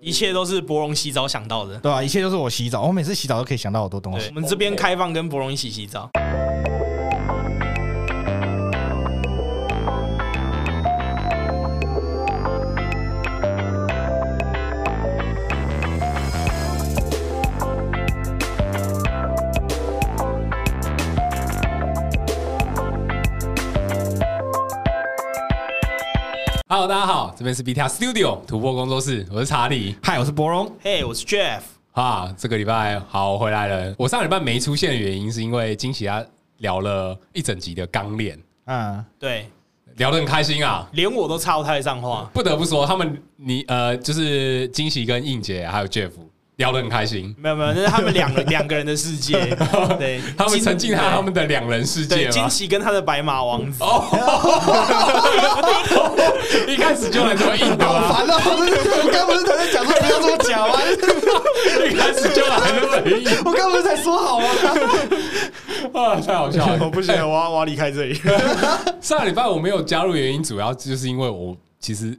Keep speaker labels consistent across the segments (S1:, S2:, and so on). S1: 一切都是博荣洗澡想到的。
S2: 对吧、啊一切都是我洗澡，我每次洗澡都可以想到好多东
S1: 对，
S2: 西
S1: 我。们这边开放跟博荣一起洗澡。
S3: Hello，大家好，这边是 BTR Studio 突破工作室，我是查理
S2: 嗨，我是博荣，
S1: 嘿，我是 Jeff。
S3: 啊。这个礼拜好我回来了，我上礼拜没出现的原因是因为惊喜他聊了一整集的钢炼，
S2: 嗯，
S1: 对，
S3: 聊得很开心啊。
S1: 连我都插不太上话。
S3: 不得不说，他们你呃，就是惊喜跟应姐还有 Jeff 聊得很开心，
S1: 没有没有，那是他们两 个两个人的世界。对，
S3: 他们
S1: 金
S3: 沉浸在他们的两人世
S1: 对
S3: 界
S1: 对
S3: 嘛
S1: 惊。奇跟他的白马王 子。
S3: 一开始就能这么硬的
S2: 好
S3: 吗？
S2: 烦哦！我刚不是才在讲说不要这么讲 吗？
S3: 一开始就来那么硬
S2: 我刚不是才说好吗？
S3: 啊！太好笑了，
S1: 哦我不行，我要我要离开这里。
S3: 上礼拜我没有加入，原因主要就是因为我其实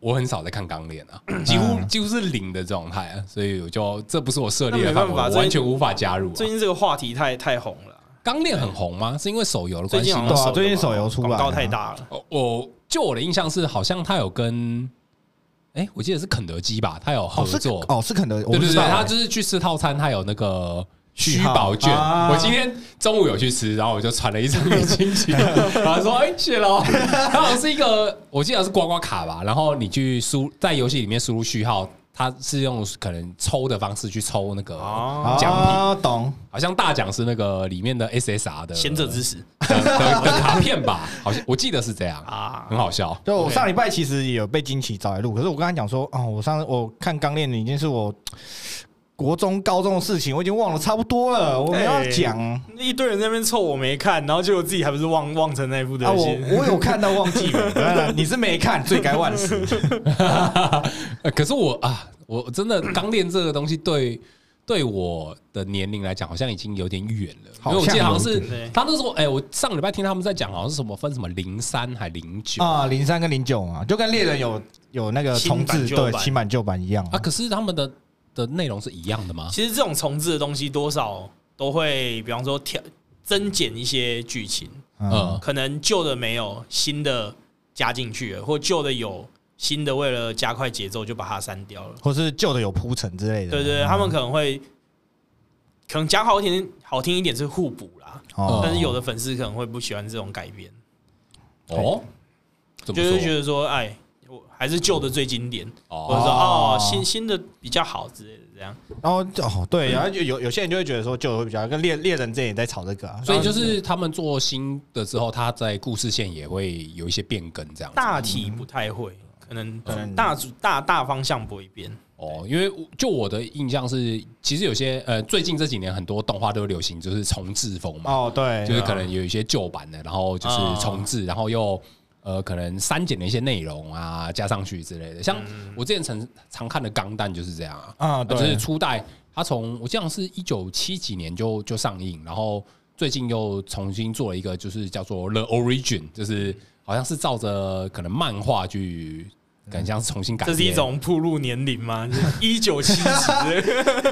S3: 我很少在看钢链啊，
S1: 嗯
S3: 几乎几乎是零的状态啊，所以我就这不是我涉猎的范
S1: 那没
S3: 围，
S1: 办法
S3: 我完全无法加入、
S1: 最
S3: 啊。
S1: 近这个话题太太红 了，
S3: 钢链很红吗？是因为手游的
S1: 最
S3: 关系
S1: 近好
S3: 吗？
S1: 像
S2: 对啊最近手
S1: 游
S2: 游
S1: 嘛
S2: 出来
S1: 广告
S2: 了
S1: 太大了。
S3: 哦我就我的印象是，好像他有跟，哎、我记得是肯德基吧，他有合
S2: 哦，是
S3: 作。
S2: 哦，是肯德，我不
S3: 对对
S2: 知
S3: 对，
S2: 道欸
S3: 他就是去吃套餐，他有那个
S2: 序
S3: 虚
S2: 号
S3: 宝券。
S2: 啊
S3: 我今天中午有去吃，然后我就传了一张给亲戚， 然后他说：“哎、谢喽。”他好像是一个，我记得是刮刮卡吧，然后你去输在游戏里面输入序号，他是用可能抽的方式去抽那个
S1: 哦
S3: 奖品，
S2: 啊，懂。
S3: 好像大奖是那个里面的 SSR 的
S1: 贤者之石
S3: 的的的卡片吧，好像我记得是这样，
S1: 啊，
S3: 很好笑。
S2: 就我
S1: OK
S2: 上礼拜其实也有被惊奇找来录，可是我跟他讲说，哦，我上次我看《钢炼》已经是我国中、高中的事情，我已经忘了差不多了，我没有要讲。
S1: 一堆人在那边凑我没看，然后结果自己还不是忘忘成那一副德
S2: 啊，我
S1: 行。
S2: 我有看到忘记了， 当然你是没看，罪该万死。
S3: 呃，可是我啊，我真的钢炼这个东西对对我的年龄来讲，好像已经有点远了。
S2: 好
S3: 因为我记得
S2: 像
S3: 好
S2: 有
S3: 像是
S1: 一点
S3: 他那时候，哎、我上礼拜听他们在讲，好像是什么分什么零三还零九啊
S2: 啊，零三跟零九嘛，就跟猎人有有那个
S1: 新
S2: 重
S1: 版
S2: 置，
S1: 旧
S2: 对，
S1: 版
S2: 新版旧版一样啊。
S3: 可是他们的的内容是一样的吗？
S1: 其实这种重置的东西，多少都会，比方说调增减一些剧情，
S2: 嗯
S3: 嗯，
S1: 可能旧的没有，新的加进去了，或旧的有，新的为了加快节奏就把它删掉了。
S2: 或是旧的有铺陈之
S3: 嗯
S2: 类的。嗯
S1: 对对对，他们可能会，可能讲好一点，好听一点是互补啦，
S2: 哦
S1: 但是有的粉丝可能会不喜欢这种改变，
S3: 哦，怎么
S1: 就是觉
S3: 说？
S1: 得说，哎，我还是旧的最经典，或者
S3: 哦，
S1: 说
S2: 哦
S1: 哦，新新的比较好之类的这样。
S2: 然后就哦对，然后有有有些人就会觉得说旧的会比较好，跟猎猎人这也在炒这个啊，
S3: 所以就
S2: 然后
S3: 是他们做新的之后，他在故事线也会有一些变更，这样子。
S1: 大体不太会，可能
S2: 嗯
S1: 大主大大方向不会变。
S3: 哦，因为我就我的印象是，其实有些呃，最近这几年很多动画都流行就是重置风嘛，
S2: 哦对，
S1: 啊
S3: 就是可能有一些旧版的，然后就是重置，然后又呃可能删减了一些内容啊，加上去之类的。像
S1: 嗯
S3: 我之前常常看的《钢弹》就是这样啊，
S2: 啊
S3: 就
S2: 对，
S3: 是初代，它从我记得好像是一九七几年就就上映，然后最近又重新做了一个，就是叫做《The Origin》，就是好像是照着可能漫画去，感觉像是重新改
S1: 这
S3: 编。
S1: 是一种铺路年龄吗？一九七几，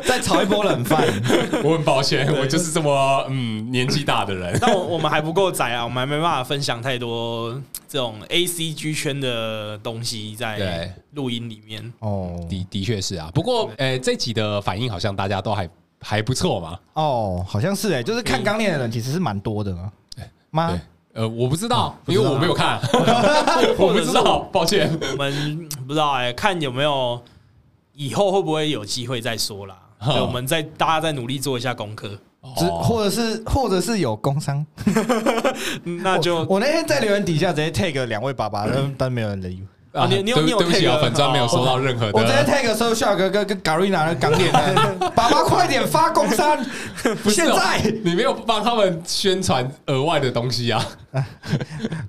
S2: 再炒一波冷饭。
S3: 我很 抱歉，我就是这么嗯年纪大的人。
S1: 但我我们还不够窄啊，我们还没办法分享太多这种 A C G 圈的东西在
S3: 对
S1: 录音里面。
S2: 哦
S3: 的的确是啊，不过呃，这集的反应好像大家都还还不错嘛。
S2: 哦，好像是哎，就是看钢炼的人其实是蛮多的嘛
S3: 对
S1: 啊
S2: 吗？，
S3: 呃，我不知
S1: 哦
S3: 道，
S2: 不知
S3: 因
S2: 道
S3: 为我没有看，啊 我不知道，抱歉。
S1: 我们不知道哎、看有没有以后会不会有机会再说啦。
S3: 好
S1: 对我们再大家再努力做一下功课，
S2: 只
S3: 哦
S2: 或者是或者是有工伤，
S1: 那就
S2: 我那天在留言底下直接 tag 两位爸爸，但但没有人理我，
S1: 啊你你有
S3: 对
S1: 你有
S3: 对不起
S1: 那
S3: 啊，
S1: 个哦
S3: 粉砖没有收到任何
S2: 我直接
S3: 的，
S2: tag 收下哥哥跟 Garina 的钢炼 的，爸爸快点发工伤，
S3: 不是
S2: 现
S3: 哦
S2: 在。
S3: 你没有帮他们宣传额外的东西啊。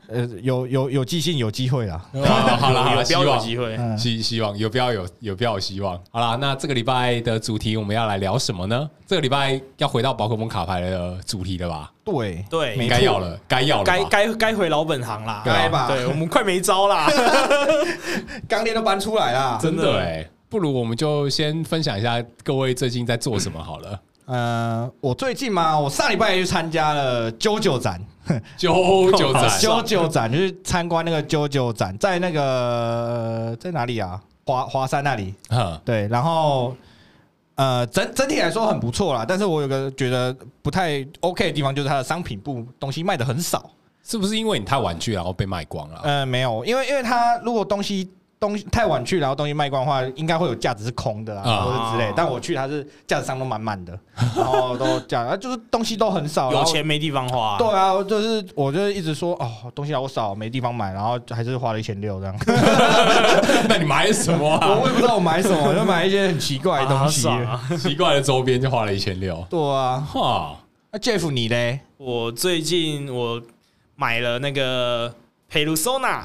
S2: 呃，有有有记性，有机会啦。
S3: 啊好 了好
S1: 哦有
S3: 了，
S1: 有
S3: 希
S1: 标有
S3: 望
S1: 机会。
S2: 嗯，
S3: 希希望有标有有标有希望。好啦，那这个礼拜的主题我们要来聊什么呢？这个礼拜要回到宝可梦卡牌的主题了吧？
S2: 对
S1: 对
S2: 没
S3: 应该
S2: 错
S3: 要了，该要了吧，
S1: 该该该回老本行啦，
S2: 该吧
S1: 对我们快没招啦，啊
S2: 钢链都搬出来啦。
S1: 欸
S3: 真的哎、不如我们就先分享一下各位最近在做什么好了。
S2: 呃，我最近嘛，我上礼拜也去参加了 JoJo 展
S3: 九九展，
S2: ，JoJo 展就是参观那个 JoJo 展，在那个在哪里啊？华华山那里。
S3: 嗯
S2: 对，然后呃，整整体来说很不错啦，但是我有个觉得不太 OK 的地方，就是它的商品部东西卖的很少。
S3: 是不是因为你太玩具然后被卖光 了？
S2: 呃，没有，因为因为它如果东西东西太晚去，然后东西卖光的话，应该会有价值是空的
S3: 啊
S2: 啊，或者之类。但我去，它是架子上都满满的，然后都这样，啊就是东西都很少，然
S1: 有
S2: 后
S1: 钱没地方花、
S2: 对啊，就是我就一直说哦，东西好少，没地方买，然后还是花了一千六这样。
S3: 那你买什 么啊？
S2: 我我也不知道我买什么，就买一些很奇怪的
S1: 啊好
S2: 东西。
S1: 爽啊！
S3: 奇怪的周边就花了一千六，
S2: 对啊，
S3: 哈，
S2: 那 Jeff 你嘞？
S1: 我最近我买了那个 Perusona，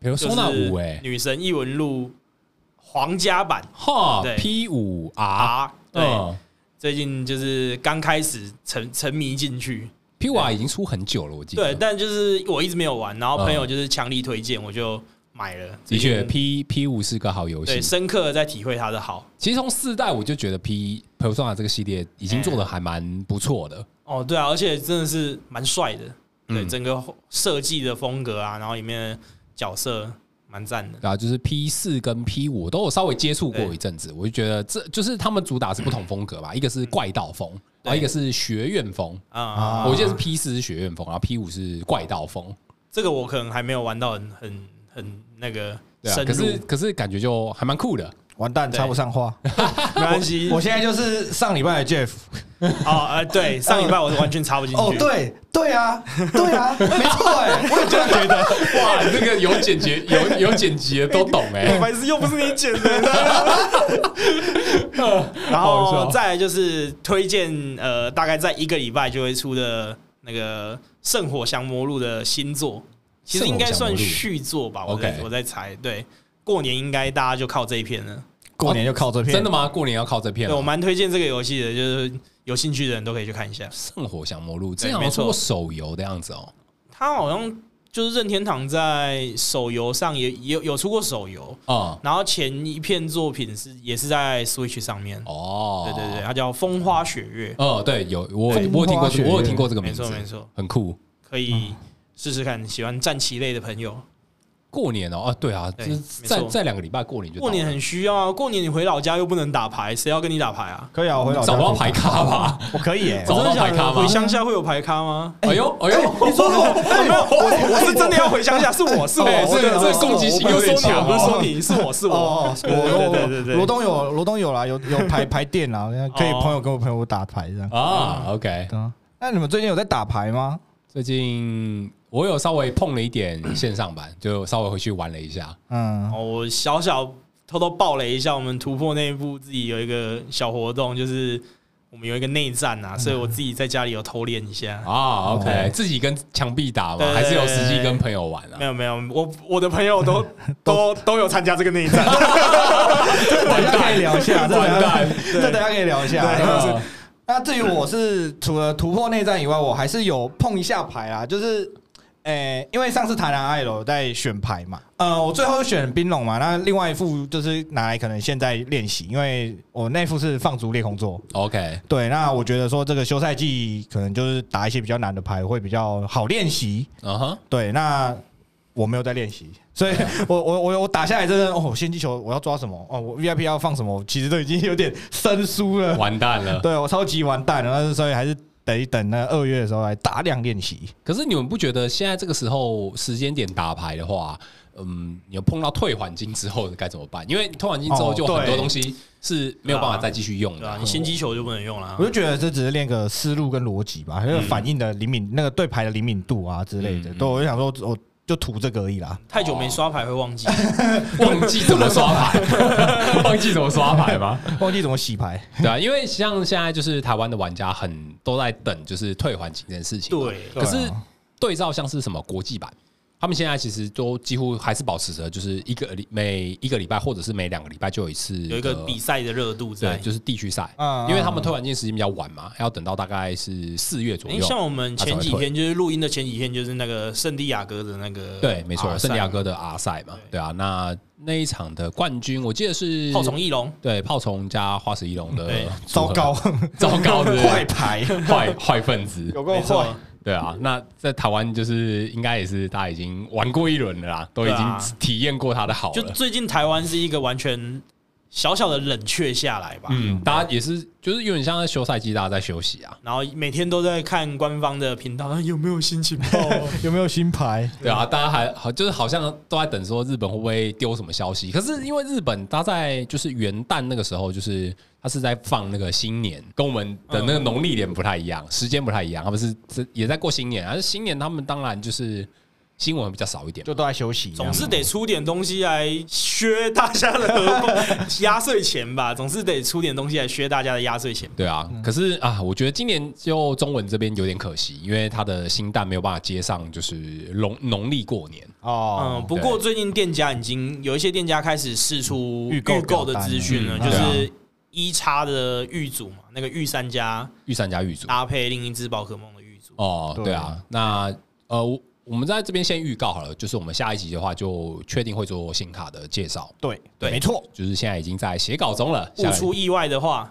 S3: 比如
S1: 就
S3: 说
S1: 是
S3: 那哦五哎，
S1: 女神异闻录皇家版
S3: 哈
S1: 对
S3: P 五 R，
S1: R，对，
S3: 啊嗯
S1: 最近就是刚开始沉沉迷进去，
S3: ，P 五 R 已经出很久了，我记得。
S1: 对，但就是我一直没有玩，然后朋友就是强力推荐，我就买了。
S3: 的确
S1: 最近
S3: ，P P 五是个好游
S1: 对，
S3: 戏。
S1: 深刻的在体会它的好。
S3: 其实从四代我就觉得 P Persona 这个系列已
S1: 嗯
S3: 经做的还蛮不错的。
S1: 哦，对啊，而且真的是蛮帅的，对，
S3: 嗯
S1: 整个设计的风格啊，然后里面的角色蛮赞的。
S3: 对啊，就是 P 四跟 P 五都有稍微接触过一阵子，我就觉得这就是他们主打是不同风格吧，一个
S1: 嗯
S3: 是怪盗风，然后一个是学院风。
S1: 啊、
S3: 我记得是 P 四是学院风，然后 P 五是怪盗风。
S1: 这个我可能还没有玩到很很很那个
S3: 对啊，
S1: 深
S3: 可
S1: 入，
S3: 是可是感觉就还蛮酷的。
S2: 完蛋，
S1: 对
S2: 插不上话。
S1: 没关系
S2: 我现在就是上礼拜的 Jeff。
S1: 哦，呃， 对，上礼拜我是完全插不进去。
S2: 哦，对对啊，对啊，没错哎，我也这样觉得。
S3: 哇，你这个有剪辑有有剪辑的都懂 哎、
S1: 白痴，又不是你剪的。 然
S3: 好好
S1: 后
S3: 笑
S1: 再来就是推荐，呃，大概在一个礼拜就会出的那个《圣火降魔录》的新作，其实应该算续作吧。我在
S3: OK
S1: 我在猜，对，过年应该大家就靠这一片了。
S2: 过年就靠这片，
S3: 真的吗？过年要靠这片哦
S1: 对
S3: 了
S1: 我蛮推荐这个游戏的，就是有兴趣的人都可以去看一下。
S3: 圣火降魔录》
S1: 对
S3: 这样
S1: 没
S3: 出
S1: 错
S3: 过手游的样子哦、
S1: 它好像就是任天堂在手游上也也有有出过手游，
S3: 啊、
S1: 然后前一片作品是也是在 Switch 上面。
S3: 哦，
S1: 对对对，，它叫《风花雪月》。
S3: 哦，对，有我有
S2: 风
S3: 我有听
S2: 花
S3: 过
S2: 雪
S3: 这
S2: 月
S3: 个，我有听过这个
S1: 没
S3: 名字，
S1: 错没错，
S3: 很酷。
S1: 可以试试看。喜欢战棋类的朋友，
S3: 过年哦，啊，对啊，
S1: 对
S3: 就是
S1: 没
S3: 在
S1: 错
S3: 在两个礼拜过年就到
S1: 过
S3: 了
S1: 年很需要啊。过年你回老家又不能打牌，谁要跟你打牌啊？
S2: 可以啊，我回老家
S3: 找不到牌卡吧？
S2: 我可以哎，
S3: 找不到
S1: 真的假
S3: 牌
S1: 的
S3: 卡吗
S1: 回？乡下会有牌咖吗？
S3: 哎呦哎呦，
S2: 你说我
S1: 哦没有，我我是真的要回乡下，是我是
S3: 哎
S1: 我，
S3: 这
S1: 是
S3: 个
S1: 我
S3: 这个攻击性有点强
S1: 我不是
S3: 哦
S1: 说你，我不是说你，是我是我
S2: 哦，，
S1: 对对对
S2: 我
S1: 对
S2: 我
S1: 对
S2: 罗东有罗东有啦，有有牌牌店啦，可以
S1: 哦
S2: 朋友跟我朋友打牌这样。
S3: 啊，OK，
S2: 对啊那你们最近有在打牌吗？
S3: 最近我有稍微碰了一点线上版，就稍微回去玩了一下。
S2: 嗯，
S1: 哦，我小小偷偷爆雷一下，我们突破内部自己有一个小活动，就是我们有一个内战啊，所以我自己在家里有偷练一下。
S3: 啊，OK，
S2: 哦
S3: 自己跟墙壁打
S1: 对
S3: 嘛，
S1: 对
S3: 还是有
S1: 对
S3: 实际
S1: 对
S3: 跟朋友玩啊
S1: 没？有没有，我我的朋友 都都都有参加这个内战，
S2: 大家可以聊一下，这
S3: 完
S2: 等下
S3: 蛋，
S2: 这等下可以聊一 下。
S3: 啊
S2: 那至于我是除了突破内战以外，我还是有碰一下牌啦，就是。诶、因为上次台南爱楼在选牌嘛，呃，我最后选冰龙嘛，那另外一副就是拿来可能现在练习，因为我那副是放逐裂空座，
S3: OK，
S2: 对，那我觉得说这个休赛季可能就是打一些比较难的牌会比较好练习，
S3: 嗯哼，
S2: 对，那我没有在练习， 所以我我我我打下来真的哦，先击球我要抓什么哦，我 VIP 要放什么，我其实都已经有点生疏了，
S3: 完 蛋了。
S2: 对我超级完蛋了，但是所以还是得等那二月的时候来大量练习。
S3: 可是你们不觉得现在这个时候时间点打牌的话，嗯，你有碰到退还金之后该怎么办？因为退还金之后
S2: 哦
S3: 就很多
S2: 对
S3: 东西是没有办法再继续用
S1: 对
S3: 的
S1: 吧、
S3: 啊。
S1: 你先击球就不能用了啊
S2: 我。就觉得这只是练个思路跟逻辑吧，还有反应的灵敏，那个对牌的灵敏度啊之类的。
S3: 嗯
S2: 对，我就想说，我就图这个而已啦。
S1: 太久没刷牌会忘
S3: 哦
S1: 记，
S3: 忘记怎么刷 牌，忘记怎么刷牌吗？
S2: 忘记怎么洗 牌。
S3: 对啊，因为像现在就是台湾的玩家 很都在等就是退还金这件事情嘛。
S1: 对
S3: 可是对照像是什么国际版，他们现在其实都几乎还是保持着，就是一个礼每一个礼拜或者是每两个礼啊拜就有一次
S1: 有一个比赛的热度
S3: 对
S1: 在，，
S3: 就是地区赛
S2: 嗯，
S3: 因为他们推完进时间比较晚嘛，要等到大概是四月左
S1: 因为
S3: 右。
S1: 像我们前几
S3: 他才会
S1: 天就是录音的前几天，就是那个圣地亚哥的那个
S3: 对，没错，
S1: R
S3: 圣地亚哥
S1: 赛
S3: 的 R 赛嘛，对啊，那那一场的冠军我记得是
S1: 炮虫翼龙，
S3: 对炮虫加花石一龙的
S1: 嗯对
S3: 组
S2: 糟
S3: 合
S2: 糕，
S3: 糟糕的
S2: 坏牌，
S3: 坏坏分子，
S2: 有
S1: 没
S2: 够
S1: 错
S2: 坏。，
S3: 对啊，那在台湾就是应该也是大家已经玩过一轮了啦，都已
S1: 对啊
S3: 经体验过它的好
S1: 就
S3: 了。
S1: 最近台湾是一个完全小小的冷却下来吧，
S3: 嗯，大家也是就是有点像在休赛季，大家在休息啊，
S1: 然后每天都在看官方的频道，啊有没有新 情报啊？
S2: 有没有新牌？
S3: 对啊，大家还好就是好像都在等说日本会不会丢什么消息，可是因为日本它在就是元旦那个时候，就是它是在放那个新年，跟我们的那个农历年不太一样，时间不太一样，他们是是也在过新年，而新年他们当然就是新闻比较少一点嘛。
S2: 就都在休息，
S1: 总是得出点东西来削大家的荷包压岁钱吧， 总是得出点东西来削大家的压岁钱。
S3: 对啊，可是啊，我觉得今年就中文这边有点可惜，因为它的新蛋没有办法接上，就是农农历过年。
S2: 哦
S1: 嗯，，不过最近店家已经有一些店家开始试出
S2: 预
S1: 预
S2: 购
S1: 购的
S2: 表单
S1: 资讯了，
S2: 嗯
S1: 就
S3: 对
S1: 是一叉的玉组嘛，那个御三家
S3: 御三家御主
S1: 搭配另一只宝可梦的玉组，
S3: 哦，
S2: 对啊
S3: 对啊，那呃，我我们在这边先预告好了，就是我们下一集的话就确定会做新卡的介绍，
S2: 对
S1: 对
S2: 没错，
S3: 就是现在已经在写稿中了。
S1: 哦不
S3: 下
S1: 出意外的话，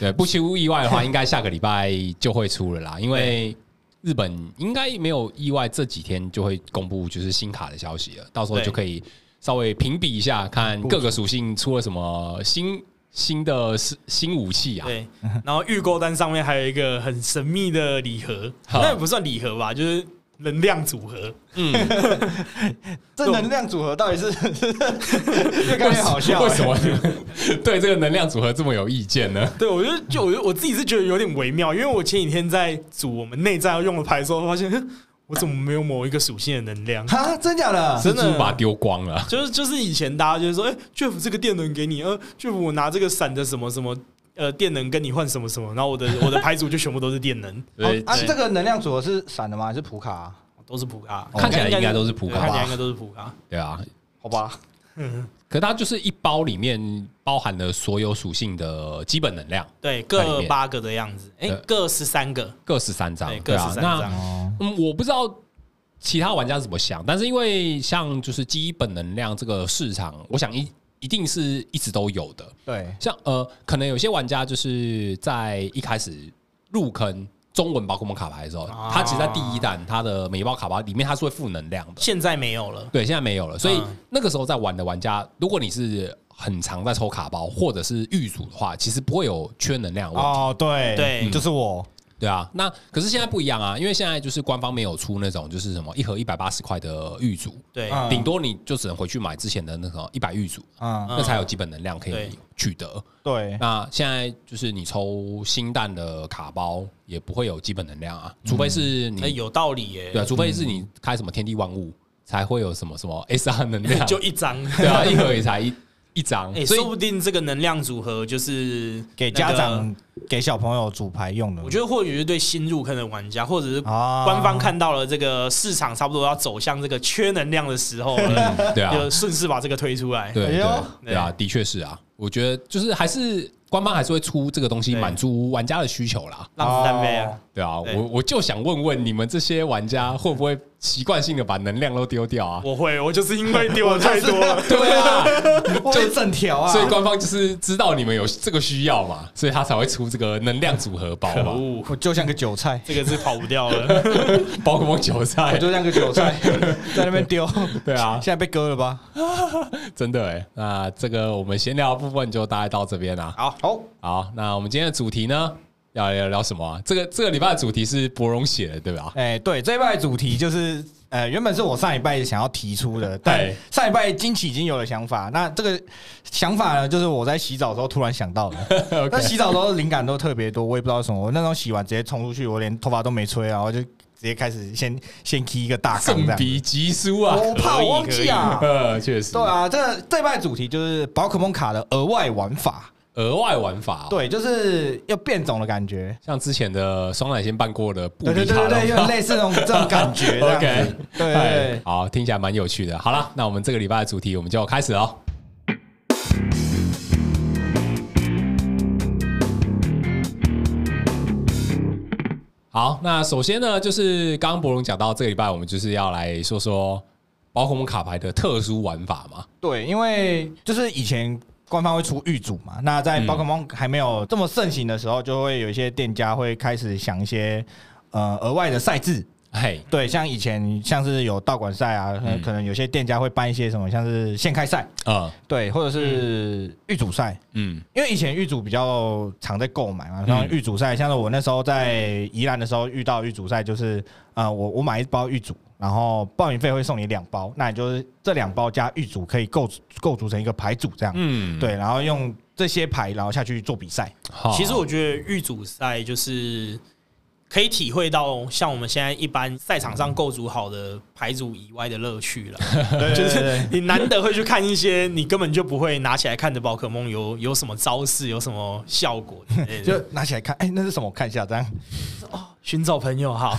S3: 对不出意外的话，应该下个礼拜就会出了 啦，因为。日本应该没有意外，这几天就会公布就是新卡的消息了，到时候
S1: 对
S3: 就可以稍微评比一下，看各个属性出了什么新新的新武器啊。
S1: 对，然后预购单上面还有一个很神秘的礼盒，
S3: 好
S1: 那也不算礼盒吧，就是能量组合。
S2: 这能量组合到底是 越看越好笑，？
S3: 为什么 你们对这个能量组合这么有意见呢？
S1: 对，我就就我就我自己是觉得有点微妙，因为我前几天在组我们内在要用的牌的时候，发现哼我怎么没有某一个属性的能量
S2: 哈，真假的？
S1: 啊真的
S3: 蜘蛛把它丢光了。
S1: 就是就是以前大家就是说，哎、j e f f 这个电能给你，呃，Jeff 我拿这个闪的什么什么，呃，电能跟你换什么什么，然后 我的我的牌组就全部都是电能，
S2: 哦
S3: 对，
S2: 啊，
S1: 对
S2: 这个能量组合是闪的吗？还是普卡啊？
S1: 哦都是普卡，
S3: 哦看起来应该都是普
S1: 对看起来
S3: 卡，
S1: 应该都是普卡，
S3: 对啊。
S2: 好吧，
S3: 可它就是一包里面包含了所有属性的基本能量，
S1: 对，
S3: 在里
S1: 各
S3: 面
S1: 八个的样子，哎、
S3: 对
S1: 各十三个，
S3: 各十三张
S1: 对，，各
S3: 对啊
S1: 十。三
S3: 那
S1: 张，
S2: 哦
S3: 嗯，我不知道其他玩家怎么想，但是因为像就是基本能量这个市场，我想一一定是一直都有的。
S2: 对，
S3: 像呃，可能有些玩家就是在一开始入坑中文宝可梦卡牌的时候，
S1: 啊
S3: 他其实在第一弹他的每一包卡牌里面，它是会负能量的。
S1: 现在没有了，
S3: 对，现在没有了。所以
S1: 嗯
S3: 那个时候在玩的玩家，如果你是很常在抽卡包或者是预组的话，其实不会有缺能量的问题。
S2: 哦，对
S1: 对
S2: 就是我，
S3: 对啊，那可是现在不一样啊，因为现在就是官方没有出那种就是什么一盒一百八十块的预组，
S1: 对，
S2: 嗯
S3: 顶多你就只能回去买之前的那个一百预组，
S2: 嗯，
S3: 那才有基本能量可
S1: 对
S3: 以取得。
S2: 对，
S3: 那现在就是你抽新蛋的卡包也不会有基本能量啊，
S2: 嗯
S3: 除非是
S1: 哎、
S3: 你
S1: 有道理耶、
S3: 对啊，除非是你开什么天地万物才会有什么什么 SR 能量，
S1: 就一张，
S3: 对啊，一盒也才一一张
S1: 哎、，
S3: 所以
S1: 说不定这个能量组合就是那
S2: 给家
S1: 个
S2: 长、给小朋友组牌用的，
S1: 我觉得或许是对新入坑的玩家，或者是
S2: 啊
S1: 官方看到了这个市场差不多要走向这个缺能量的时候了，
S3: 对啊，
S1: 就顺势把这个推出来。
S3: 对
S2: 哎
S3: 对
S2: 呦
S3: 对啊，的确是啊，我觉得就是还是官方还是会出这个东西
S1: 对
S3: 满足玩家的需求啦。
S1: 浪子弹杯啊
S2: 哦，
S3: 对啊，
S1: 对
S3: 我我就想问问你们这些玩家会不会习惯性的把能量都丢掉啊？。
S1: 我会，我就是因为丢了太多了
S3: 对啊，
S2: 我一整条啊，
S3: 所以官方就是知道你们有这个需要嘛，所以他才会出这个能量组合包
S1: 可
S3: 嘛，
S1: 恶，
S2: 我就像个韭菜，
S1: 哦这个是跑不掉了。
S3: 包括韭
S2: 我
S3: 菜。
S2: 就像个韭菜 在那边丢，
S3: 对啊
S2: 现，在被割了吧？
S3: 真的哎。那这个我们闲聊的部分就大概到这边啦。
S1: 好，
S2: 好，
S3: 好，那我们今天的主题呢，要聊聊什么啊？这个这个礼拜的主题是博荣写的，对吧？
S2: 哎，对，这一拜的主题就是。呃，原本是我上一拜想要提出的，但
S3: 哎
S2: 上一拜惊奇已经有了想法。那这个想法呢，就是我在洗澡的时候突然想到的。那洗澡的时候灵感都特别多，我也不知道为什么。我那时候洗完直接冲出去，我连头发都没吹啊，我就直接开始先先 key 一个大纲
S3: 正
S2: 这样。
S3: 比吉书啊，
S2: 我怕我 忘记啊。
S3: 呃，确实，
S2: 对啊，这这一拜主题就是宝可梦卡的额外玩法。
S3: 额外玩法、哦，，
S2: 对，就是要变种的感觉。
S3: 像之前的双奶先办过的布
S2: 对对
S3: 里
S2: 对对
S3: 卡龙
S2: 对，有点 类似那种这种感觉。这样子
S3: OK，
S2: 对对
S3: 哎
S2: 对，
S3: 好，听起来蛮有趣的。好了，那我们这个礼拜的主题我们就开始哦。好，那首先呢，就是刚刚博龙讲到这个礼拜，我们就是要来说说宝可梦卡牌的特殊玩法嘛。
S2: 对，因为就是以前官方会出预组嘛，那在宝可梦还没有这么盛行的时候，就会有一些店家会开始想一些呃额外的赛制。
S3: 嘿，
S2: 对，像以前像是有道馆赛啊，
S3: 嗯
S2: 可能有些店家会办一些什么，像是现开赛，
S3: 呃，
S2: 对，或者是预组赛。
S3: 嗯，
S2: 因为以前玉组比较常在购买嘛，然后
S3: 嗯
S2: 玉组赛，像是我那时候在宜兰的时候遇到玉组赛，就是呃，我我买一包玉组，然后报名费会送你两包，那你就是这两包加玉组可以构构筑成一个牌组这样，
S3: 嗯，
S2: 对，然后用这些牌然后下去做比赛，
S3: 好，
S1: 其实我觉得预组赛就是可以体会到像我们现在一般赛场上构筑好的牌组以外的乐趣 了，
S2: 对
S1: 就
S2: 对
S1: 是
S2: 对
S1: 你难得会去看一些你根本就不会拿起来看的宝可梦有有什么招式，有什么效果之类的，
S2: 对，就拿起来看，哎，那是什么？我看一下这样，
S1: 寻找朋友好，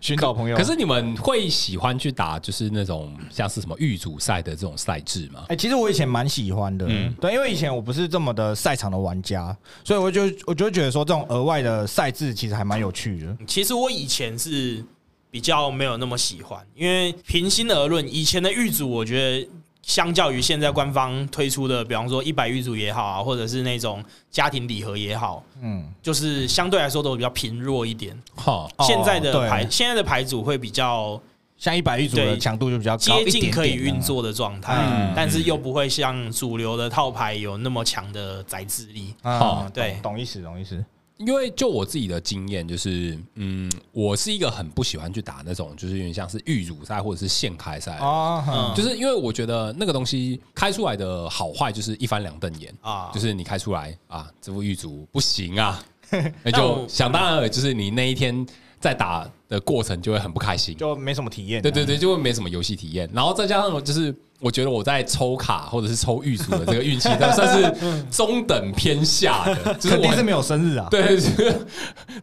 S2: 寻找朋友。
S3: 可是你们会喜欢去打就是那种像是什么预组赛的这种赛制吗？
S2: 哎、其实我以前蛮喜欢的，
S3: 嗯
S2: 对，因为以前我不是这么的赛场的玩家，所以我就我就会觉得说这种额外的赛制其实还蛮有趣的。
S1: 其实我以前是比较没有那么喜欢，因为平心而论，以前的狱组我觉得。相较于现在官方推出的，比方说一百狱组也好啊，或者是那种家庭礼盒也好，
S2: 嗯，
S1: 就是相对来说都比较贫弱一点。
S3: 哈，
S2: 哦
S1: 现在
S2: 对
S1: 的牌，现在的牌组会比较
S2: 像一百一组的
S1: 对
S2: 强度就比较高
S1: 接
S2: 一点
S1: 近
S2: 点
S1: 可以
S2: 啊
S1: 运。作的状
S2: 嗯
S1: 态，但是又不会像主流的套牌有那么强的载资力。
S3: 好
S2: 啊，
S1: 嗯对
S2: 懂懂意思，懂意思。
S3: 因为就我自己的经验，就是嗯，我是一个很不喜欢去打那种，就是有点像是预乳赛或者是现开赛，
S2: 哦，
S1: 嗯，
S3: 就是因为我觉得那个东西开出来的好坏就是一翻两瞪眼
S2: 哦
S1: 啊
S3: 就是你开出来啊，这副玉组不行啊， 那
S1: 但
S3: 就
S1: 我
S3: 想当然了，就是你那一天在打的过程就会很不开心，
S2: 就没什么体验。
S3: 对对，对，就会没什么游戏体验。然后再加上就是，我觉得我在抽卡或者是抽玉组的这个 运气，它算是中等偏下的，就是
S2: 肯
S3: 我
S2: 定是没有生 日啊。
S3: 对 就是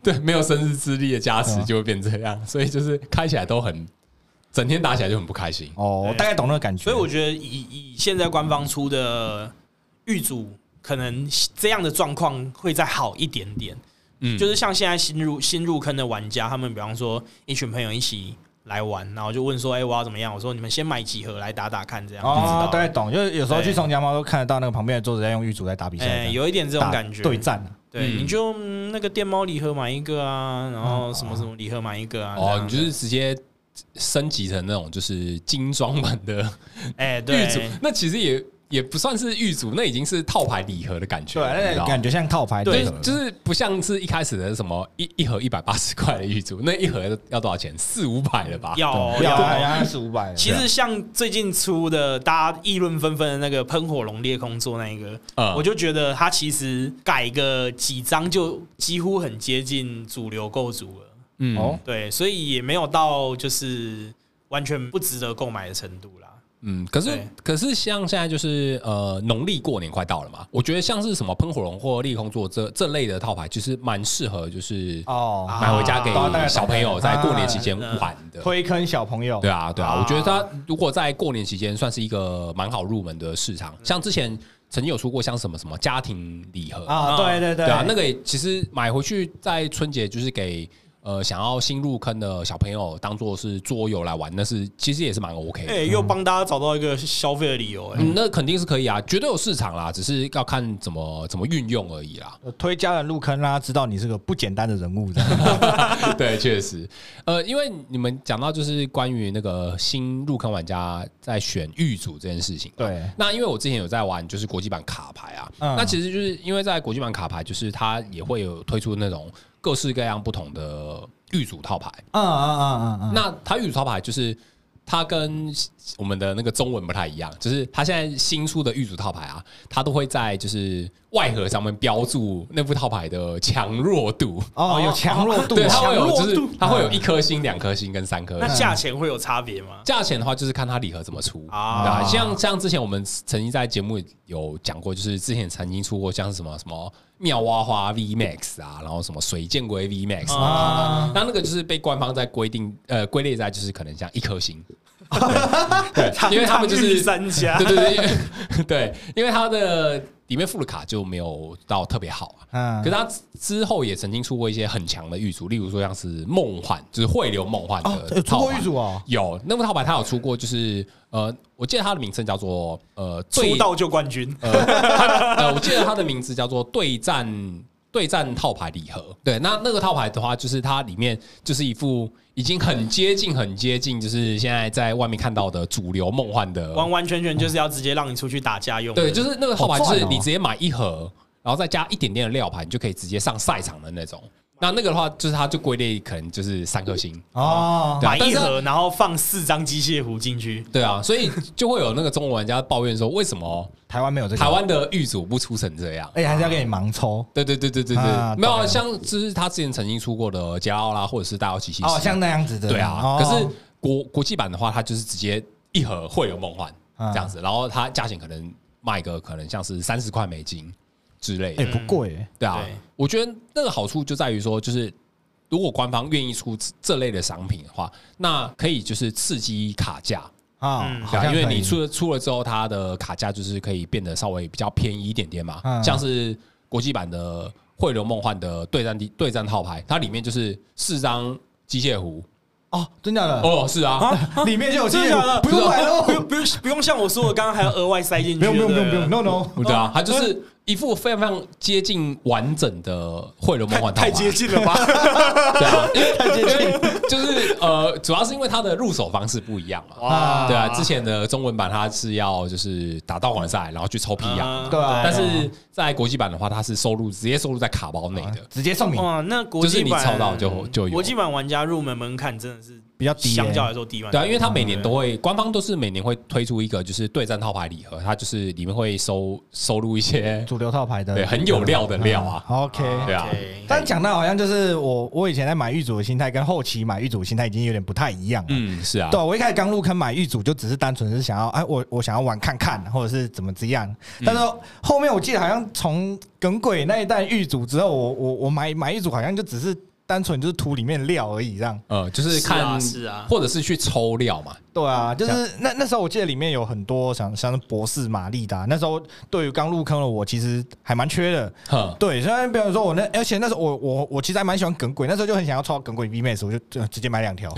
S3: 对没有生日之力的加
S1: 嗯
S3: 持就会变这样，所以就是开起来都很，整天打起来就很不开心。
S2: 哦，我大概懂那个感觉。
S1: 所以我觉得以以现在官方出的预组，可能这样的状况会再好一点点。
S3: 嗯，
S1: 就是像现在新入新入坑的玩家，他们比方说一群朋友一起来玩，然后就问说：“哎、我要怎么样？”我说：“你们先买几盒来打打看，这样。”就知道
S2: 哦
S1: 了，
S2: 大概懂，就是有时候去
S1: 对
S2: 宋家猫都看得到那个旁边的桌子在用玉竹在打比赛
S1: 哎、
S2: 这样，
S1: 有一点这种
S2: 打
S1: 感觉。
S2: 对战啊。
S1: 对，
S3: 嗯
S1: 你就、嗯那个电猫礼盒买一个啊，然
S2: 嗯
S1: 后什么什么礼盒买一个啊。这
S3: 哦，
S1: 样
S3: 你就是直接升级成那种就是精装版的
S1: 哎、
S3: 玉组
S1: 对，，
S3: 那其实也也不算是玉组，那已经是套牌礼盒的感觉
S2: 对
S3: 了，
S2: 啊，
S3: 你
S2: 那
S3: 知道
S2: 个
S3: 吗
S2: 感觉像套牌
S3: 对
S2: 对，手，
S3: 就是不像是一开始的什么一一盒一百八十块的玉竹，那一盒要多少钱？四五百了吧？
S1: 要哦
S2: 不要
S1: 要
S2: 啊，
S1: 哦
S2: 要是五百。
S1: 其实像最近出的，大家议论纷纷的那个喷火龙裂空座那一个，
S3: 嗯
S1: 我就觉得它其实改个几张就几乎很接近主流构筑了。
S3: 嗯
S2: 哦
S1: 对，所以也没有到就是完全不值得购买的程度啦。
S3: 嗯，可是
S1: 对
S3: 可是像现在就是呃农历过年快到了嘛，我觉得像是什么喷火龙或利空座这这类的套牌，其实蛮适合就是
S2: 哦，
S1: 啊
S3: 买回家给
S1: 啊
S2: 大概
S3: 小朋友在过年期间
S1: 啊
S3: 玩的。
S2: 推坑小朋友
S3: 对。啊，对啊，
S1: 啊
S3: 我觉得它如果在过年期间算是一个蛮好入门的市场，像之前曾经有出过像什么什么家庭礼盒
S2: 啊，对对对
S3: 对啊，那个也其实买回去在春节就是给呃想要新入坑的小朋友当做是桌游来玩，那是其实也是蛮 OK 的。
S1: 哎、
S2: 嗯
S1: 又帮大家找到一个消费的理由、哎、
S3: 嗯，那肯定是可以啊，绝对有市场啦，只是要看怎么怎么运用而已啦。
S2: 推家人入坑啦，知道你是个不简单的人物这样。
S3: 对，确实，呃，因为你们讲到就是关于那个新入坑玩家在选狱组这件事情，
S2: 对，
S3: 那因为我之前有在玩就是国际版卡牌啊，
S2: 嗯
S3: 那其实就是因为在国际版卡牌，就是它也会有推出那种各式各样不同的狱组套牌。
S2: 嗯嗯嗯嗯嗯，
S3: 那它玉组套牌就是它跟我们的那个中文不太一样，就是它现在新出的玉组套牌啊，它都会在就是外盒上面标注那副套牌的强弱度。
S2: 哦，有强弱度，
S3: 对，它会
S1: 强
S3: 有
S1: 弱
S3: 就是
S1: 度啊
S3: 它会有一颗星、两颗星跟三颗
S1: 那
S2: 嗯
S3: 星。
S1: 价钱会有差别吗？
S3: 价钱的话，就是看它礼盒怎么出
S1: 啊
S3: 啊。像像之前我们曾经在节目有讲过，就是之前曾经出过像是什么什么妙蛙花 V Max 啊，然后什么水箭龟 V Max 啊，那那个就是被官方在规定呃归类在就是可能像一 颗星，对，
S1: 啊
S3: 因为他们就是
S1: 三家
S3: 对，对对因为 对，因为它的里面附的卡就没有到特别好啊。
S2: 嗯
S3: 可是它之后也曾经出过一些很强的玉组，例如说像是梦幻，就是汇流梦幻
S2: 哦，
S3: 的
S2: 有出
S3: 呃套
S2: 过
S3: 牌
S2: 玉主哦，
S3: 有那副套牌，它有出过，就是呃，我记得它的名称叫做呃
S1: 出
S3: 最
S1: 道就冠军，
S3: 呃，它的呃，我记得它的名字叫做对战对战套牌礼盒。对，那那个套牌的话，就是它里面就是一副已经很接近、很接近，就是现在在外面看到的主流梦幻的
S1: 完完全全就是要直接让你出去打架用的。
S3: 对，就是那个套牌，就
S2: 好
S3: 是
S2: 赚哦
S3: 你直接买一盒，然后再加一点点的料牌，你就可以直接上赛场的那种。那那个的话，就是它就归类可能就是三颗星。
S2: 哦
S3: 对，啊
S1: 买一盒，然后放四张机械壶进去。
S3: 对啊，所以就会有那个中国玩家抱怨说，为什么
S2: 台湾没有这个，
S3: 台，湾的玉组不出成这样？
S2: 而且还是要给你盲抽
S3: 对对对对对对，
S2: 啊
S3: 没有
S2: 懂
S3: 啊
S2: 了
S3: 像就是他之前曾经出过的加奥啦，或者是大奥奇西斯
S2: 哦，像那样子的，
S3: 对啊，
S2: 哦
S3: 可是国国际版的话，它就是直接一盒会有梦幻、
S2: 嗯
S3: 这样子，然后它价钱可能卖个可能像是三十块美金之类的，
S2: 哎不贵欸，
S3: 对啊
S1: 对，
S3: 我觉得那个好处就在于说，就是如果官方愿意出这这类的商品的话，那可以就是刺激卡价，
S2: 啊
S1: 嗯，
S2: 好
S3: 对啊，
S2: 像
S3: 因为
S2: 可以
S3: 你出了出了之后，它的卡价就是可以变得稍微比较便宜一点点嘛，
S2: 嗯
S3: 像是国际版的汇流梦幻的对战地对战套牌，它里面就是四张机械壶，
S2: 哦，真假的，
S3: 哦，是啊，
S2: 里面就有
S1: 真的假的
S2: 不用买
S3: 哦
S1: 不
S2: 了，
S1: 用不用不用像我说的，刚刚还要额外塞进去。
S2: 不用不用不
S1: 对
S2: 用
S1: 对
S2: 不用，no no，
S3: 对啊，它就是一副非常非常接近完整的汇流梦幻套
S1: 太
S3: 牌，
S1: 接近了吧？
S3: 对啊，因为
S2: 太接
S3: 因
S2: 近
S3: 为就是呃，主要是因为它的入手方式不一样嘛。
S2: 啊
S3: 对啊，之前的中文版它是要就是打道馆赛，然后去抽皮呀，
S1: 嗯
S2: 对啊
S3: 但是在国际版的话，它是收录直接收录在卡包内的。
S2: 哦直接送你
S1: 哇，那国
S3: 就是
S1: 际
S3: 你
S1: 版
S3: 抽到就就有
S1: 国际版玩家入门门槛真的是
S2: 比较低欸，
S1: 相较来说低蛮
S3: 对
S1: 多。
S3: 啊，因为它每年都会，官方都是每年会推出一个就是对战套牌礼盒，它就是里面会收收录一些
S2: 主流套牌的，
S3: 对很有料的料啊
S2: 嗯，OK，
S3: 对啊
S1: OK
S2: 但讲到好像就是我我以前在买玉组的心态跟后期买玉组的心态已经有点不太一样了。
S3: 嗯，是啊，
S2: 对，我一开始刚入坑买玉组，就只是单纯是想要，哎，我我想要玩看看，或者是怎么怎样。但是后面我记得好像从耿鬼那一代玉组之后，我我我买买玉组好像就只是单纯就是图里面料而已，这样。
S3: 呃，就是
S1: 是啊
S3: 看
S1: 是啊
S3: 或者是去抽料嘛，
S2: 对啊，就是那那时候我记得里面有很多像像是博士、玛丽达，那时候对于刚入坑的我其实还蛮缺的。
S3: 哼，
S2: 对，虽然比方说我那，而且那时候我我我其实还蛮喜欢耿鬼，那时候就很想要抽到耿鬼 V Max，我就就直接买两 条，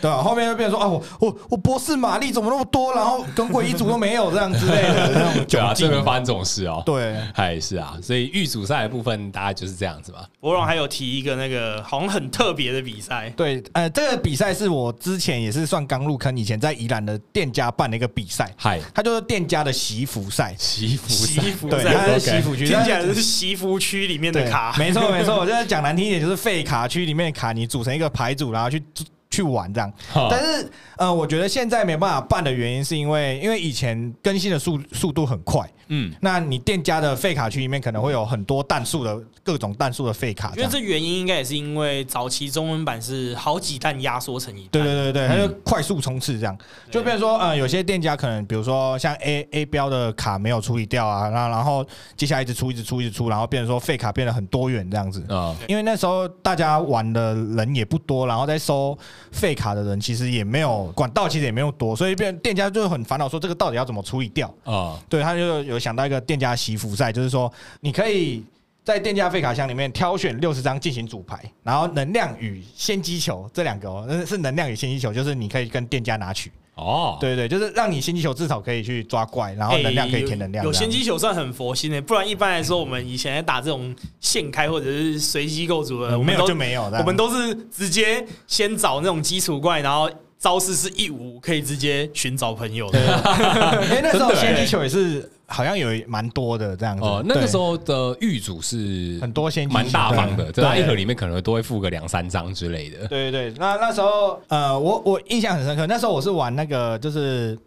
S2: 对啊，后面就变成说啊，我我我博士玛丽怎么那么多，然后耿鬼一组都没有这样之类的那种
S3: 对啊，
S2: 窘
S3: 这边
S2: 境。
S3: 发生这种事哦，
S2: 对，
S3: 还是啊，所以预组赛的部分大概就是这样子吧。
S1: 博龙还有提一个那个好像很特别的比赛，
S2: 对，呃，这个比赛是我之前也是算刚入坑，以前在宜兰的店家办的一个比赛，
S3: 嗨，
S2: 它就是店家的习服赛，
S3: 祈福
S1: 西
S3: 赛，
S1: 服
S2: 对，它
S1: 赛
S2: 是习服区，
S1: 听起来
S2: 但是
S1: 是西服区里面
S2: 对，
S1: 的卡，
S2: 没 错没错，我就是讲难听一点，就是废卡区里面的卡，你组成一个牌组，然后去去玩这样。
S1: 啊
S3: 哈
S2: 但是呃，我觉得现在没办法办的原因，是因为因为以前更新的速速度很快，
S3: 嗯，
S2: 那你店家的废卡区里面可能会有很多弹数的各种弹数的废卡，这
S1: 因为
S2: 样。
S1: 这原因应该也是因为早期中文版是好几弹压缩成一弹，
S2: 对对对对，它就
S3: 嗯
S2: 快速冲刺这样，
S1: 对
S2: 就变成说，呃，有些店家可能，比如说像 A A 标的卡没有处理掉啊，那然后接下来一直出一直出一直出，然后变成说废卡变得很多元这样子。
S3: 啊，
S2: 因为那时候大家玩的人也不多，然后在收废卡的人其实也没有管道，其实也没有多，所以变店家就很烦恼，说这个到底要怎么处理掉？
S3: 啊，
S2: 对，他就有想到一个店家媳妇赛，就是说你可以在店家废卡箱里面挑选六十张进行组牌，然后能量与先机球这两个哦，那是能量与先机球，就是你可以跟店家拿取，
S3: 哦，
S2: 对对，就是让你先机球至少可以去抓怪，然后能量可以填能量
S1: 有
S2: 这样。
S1: 哎有先机球算很佛心的、不然一般来说，我们以前在打这种现开或者是随机构筑的，我
S2: 嗯没
S1: 们
S2: 有
S1: 都
S2: 就没有，这
S1: 我
S2: 样
S1: 们都是直接先找那种基础怪，然后招式是一五，可以直接寻找朋友的。
S2: 因哎为那时候
S3: 真的欸
S2: 先机球也是好像有蛮多的这样子。
S3: 哦，那个
S2: 对
S3: 时候的预组是
S2: 很多先机
S3: 蛮大方的，
S2: 对
S3: 在它
S2: 对
S3: 一盒里面可能都会附个两三张之类的。
S2: 对对对，那那时候呃，我我印象很深刻，那时候我是玩那呃个，就是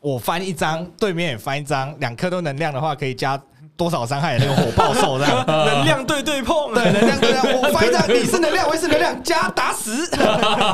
S2: 我翻一张，对面也翻一张，两颗都能量的话，可以加多少伤害，那个火爆兽这 样。
S1: 能量对对碰，
S2: 对， 能量对啊，我发一张，你是能量，我也是能量，加打 死。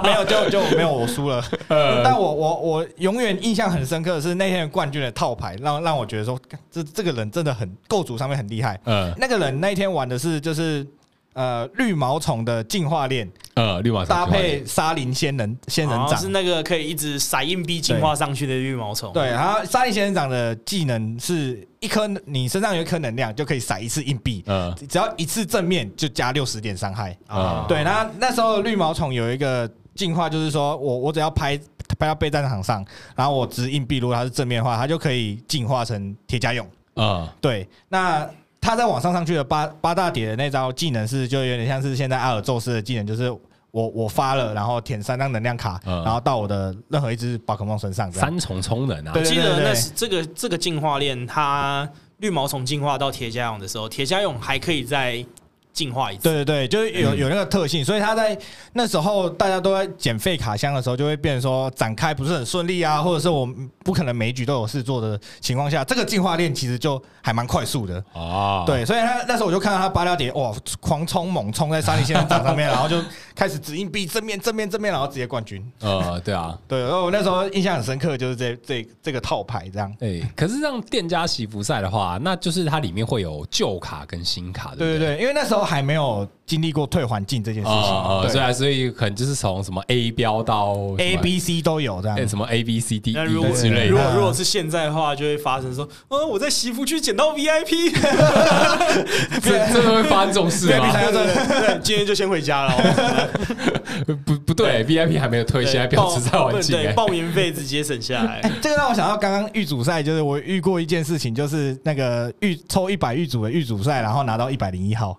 S2: 没有，就就没有，我输了。
S3: 嗯
S2: 但我我我永远印象很深刻的是那天的冠军的套牌，让让我觉得说，干这这个人真的很构筑上面很厉害。
S3: 呃
S2: 那个人那一天玩的是就是呃绿毛虫的进化链
S3: 呃，绿马
S2: 搭配沙林仙人仙人
S1: 好像
S2: 掌
S1: 哦是，那个可以一直撒硬币进化上去的绿毛虫。
S2: 对，然后沙利仙人掌的技能是一颗，你身上有一颗能量就可以撒一次硬币，
S3: 呃
S2: 只要一次正面就加六十点伤害。
S3: 啊
S2: 对，那那时候绿毛虫有一个进化，就是说我我只要拍拍到备战场上，然后我掷硬币，如果它是正面的话，它就可以进化成铁甲蛹。
S3: 呃
S2: 对，那他在网上上去的八八大碟的那招技能是，就有点像是现在阿尔宙斯的技能，就是我我发了，然后填三张能量卡，
S3: 嗯
S2: 然后到我的任何一只宝可梦身上这样。
S3: 三重充能啊
S1: 我
S2: 对，
S1: 记得那是这个这个进化链，它绿毛虫进化到铁甲蛹的时候，铁甲蛹还可以再进化一次。
S2: 对对对，就是有有那个特性，所以他在那时候大家都在捡废卡箱的时候，就会变成说展开不是很顺利啊，或者是我们不可能每一局都有事做的情况下，这个进化链其实就还蛮快速的。
S3: 啊，
S2: 对，所以他那时候我就看到他八大碟哇，狂冲猛冲在沙利仙人掌上面，然后就开始指硬币正面正面正面，然后直接冠军。
S3: 呃，对啊，
S2: 对，然后我那时候印象很深刻，就是这这这个套牌这样。
S3: 哎，可是让店家媳妇赛的话，那就是它里面会有旧卡跟新卡，
S2: 对
S3: 不
S2: 对对，因为那时候还没有经历过退环境这件事
S3: 啊啊，
S2: 情，
S3: 呃所以
S2: 对
S3: 啊所以可能就是从什么 A 标到什么
S2: ，A、B、C 都有这样
S3: 哎。什么 A B C D
S1: 那如
S3: E
S1: 果
S3: 之类
S1: 如
S3: 的，
S1: 果
S2: 嗯
S1: 如果是现在的话，就会发生说，呃，我在媳妇区捡到 VIP，
S3: 这真的会发生这种事吗？
S1: 对 对，今天就先回家了哦。
S3: 不不对，VIP 还没有退，现在表示在玩进
S1: 对，
S3: 哎
S1: 报名费直接省下 来。
S2: 这个让我想到刚刚预组赛，就是我遇过一件事情，就是那个预抽一百预组的预组赛，然后拿到一百零一号。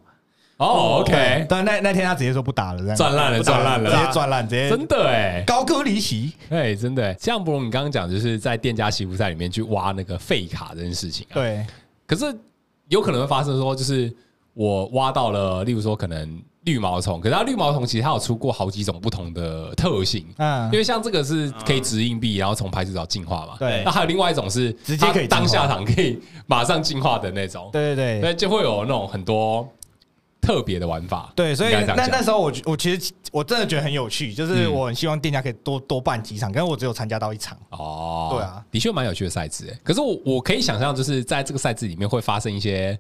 S3: 哦，OK，
S2: 但那那天他直接说不打了，这样
S3: 赚烂了，
S2: 不打
S3: 赚烂
S2: 直
S3: 了，
S2: 接赚烂，直接
S3: 真的哎。
S2: 高歌离席。
S3: 哎，真的欸，像不如你刚刚讲，就是在店家媳妇赛里面去挖那个废卡这件事情啊。
S2: 对，
S3: 可是有可能会发生说，就是我挖到了，例如说可能绿毛虫，可是它绿毛虫其实它有出过好几种不同的特性，
S2: 嗯
S3: 因，为像这个是可以掷硬币，然后从排除找进化嘛。
S2: 对
S3: 那还有另外一种是
S2: 直接可以
S3: 它当
S2: 进
S3: 下
S2: 化
S3: 场可以马上进化的那种，
S2: 对对对
S3: 对，就会有那种很多特别的玩法。
S2: 对，所以
S3: 应该这样
S2: 那
S3: 讲
S2: 那时候我我其实我真的觉得很有趣，就是
S3: 嗯
S2: 我很希望店家可以多多办几场，但是我只有参加到一场。
S3: 哦，
S2: 对啊，
S3: 的确蛮有趣的赛制欸。可是我我可以想象，就是在这个赛制里面会发生一些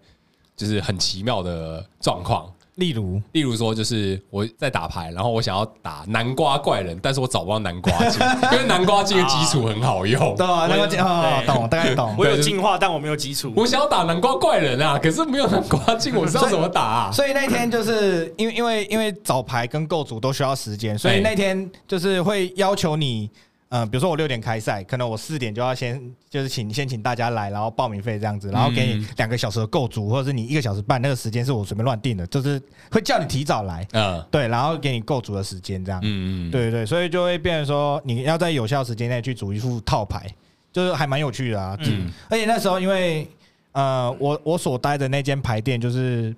S3: 就是很奇妙的状况。
S2: 例如，
S3: 例如说，就是我在打牌，然后我想要打南瓜怪人，但是我找不到南瓜镜， 因为南瓜镜的基础很好用。
S2: 对啊，那个啊，
S1: 对
S2: 懂，大概 懂
S1: 我。有进化，但我没有基础。
S3: 我想要打南瓜怪人啊，可是没有南瓜镜，我知道怎么打啊。
S2: 所以那天就是因为因为因为找牌跟构筑都需要时间，所以
S3: 哎
S2: 那天就是会要求你，呃，比如说我六点开赛，可能我四点就要先就是请先请大家来，然后报名费这样子，然后给
S3: 嗯
S2: 你两个小时的构筑，或者是你一个小时半，那个时间是我随便乱定的，就是会叫你提早来，
S3: 嗯
S2: 对，然后给你构筑的时间这样。
S3: 嗯嗯，
S2: 对对，所以就会变成说，你要在有效时间内去组一副套牌，就是还蛮有趣的啊。
S1: 嗯，
S2: 而且那时候因为呃，我我所待的那间牌店就是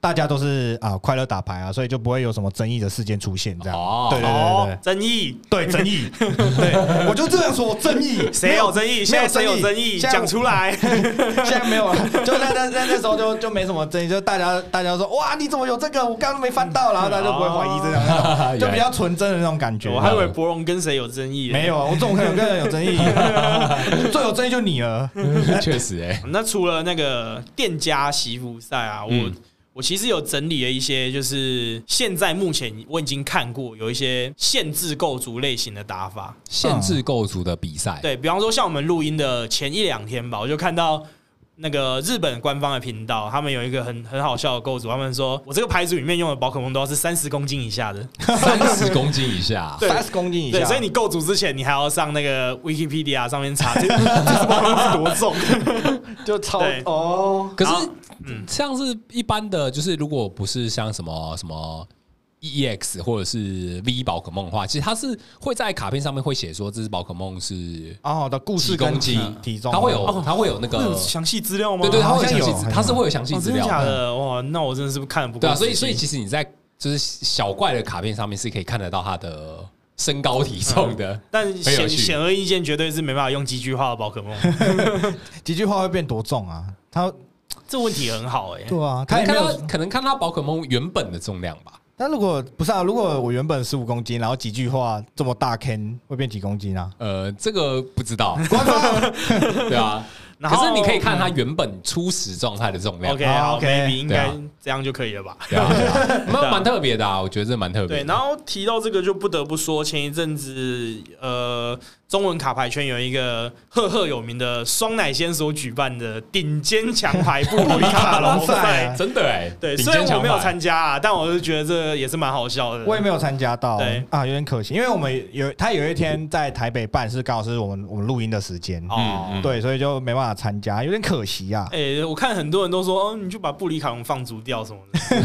S2: 大家都是啊、快乐打牌啊，所以就不会有什么争议的事件出现这样。
S3: 哦
S2: 对对对
S1: 哦
S2: 对，
S1: 争议，
S2: 对，争议， 对我就这样说，争议，
S1: 谁有争议？
S2: 没
S1: 现
S2: 有
S1: 在谁有争议？
S2: 现在
S1: 讲出来。
S2: 现在没有了，就那那那那时候就就没什么争议，就大家大家说哇，你怎么有这个？我刚刚没翻到，然后大家就不会怀疑这样那
S3: 嗯
S2: 种，就比 较纯真的那种感觉。
S1: 嗯哦我还以为博荣跟谁有争议。
S2: 没有，我总可能跟人 有争议，最有争议就你了。
S3: 确实
S2: 嗯
S3: 哎，
S1: 那除了那个店家媳妇赛啊，我、
S3: 嗯
S1: 我其实有整理了一些，就是现在目前我已经看过有一些限制构筑类型的打法。
S3: 限制构筑的比赛，
S1: 对比方说，像我们录音的前一两天吧，我就看到。那个日本官方的频道，他们有一个很很好笑的构筑，他们说我这个牌组里面用的宝可梦都要是三十公斤以下的，
S3: 三十公斤以下，啊
S1: 对
S2: 三十公斤以
S1: 对，
S2: 下，
S1: 所以你构筑之前，你还要上那个 Wikipedia 上面 查这这只宝可梦是多重。
S2: 就超
S1: 对
S2: 哦，
S3: 可
S1: 然
S3: 是
S1: 后，嗯
S3: 像是一般的，就是如果不是像什么什么 EX 或者是 V 宝可梦的话，其实它是会在卡片上面会写说这只宝可梦是
S2: 哦的故事
S3: 几
S2: 跟
S3: 公斤
S2: 体，体重，
S3: 它啊会有它会有那
S1: 哦会
S3: 个
S1: 有，详细资料吗？
S3: 呃对对，它
S2: 好
S3: 会有
S2: 像
S3: 详细
S2: 有好，
S3: 资
S2: 像
S3: 它是会有详细
S1: 哦，
S3: 资
S1: 真的
S3: 料
S1: 假
S3: 的，
S1: 的？哇，那我真的是看得不够
S3: 对啊，
S1: 仔
S3: 所以
S1: 细
S3: 所以其实你在就是小怪的卡片上面是可以看得到它的身高体重的，
S1: 但
S3: 有
S1: 显
S3: 趣
S1: 显而易 见，绝对是没办法用几句话的宝可梦。
S2: 几句话会变多重啊？它
S1: 这问题很好哎、
S2: 对啊，
S3: 可
S2: 他
S3: 能
S2: 也没
S3: 看
S2: 有
S3: 到。可能看到宝可梦原本的重量吧。
S2: 但如果不是啊，如果我原本十五公斤，然后几句话这么大坑，会变几公斤啊？
S3: 呃，这个不知道，
S2: 官方
S3: 对啊。
S1: 然后
S3: 可是你可以看它原本初始状态的重量
S1: OK，
S2: 啊
S1: 好
S2: OK
S1: ，maybe 应
S3: 哦对
S1: 该
S3: 啊
S1: 这样就可以了吧？
S3: 对啊， 对啊那蛮特别的啊，我觉得这蛮特别
S1: 对，
S3: 的。
S1: 然后提到这个，就不得不说前一阵子，呃，中文卡牌圈有一个赫赫有名的双奶仙所举办的顶尖强牌布鲁里卡 龙
S2: 赛
S1: 赛
S2: 啊。
S3: 真的哎、
S1: 对，
S3: 顶
S1: 虽然
S3: 尖
S1: 我
S3: 强
S1: 没有
S3: 牌
S1: 参加啊，但我是觉得这也是蛮好笑的。
S2: 我也没有参加到，
S1: 对
S2: 啊，有点可惜，因为我们有他有一天在台北办，是刚好是我们我们录音的时间，
S1: 哦，
S3: 嗯
S2: 对，所以就没办法参加，有点可惜啊。
S1: 哎、我看很多人都说，哦，你就把布里卡龙放逐掉什么的。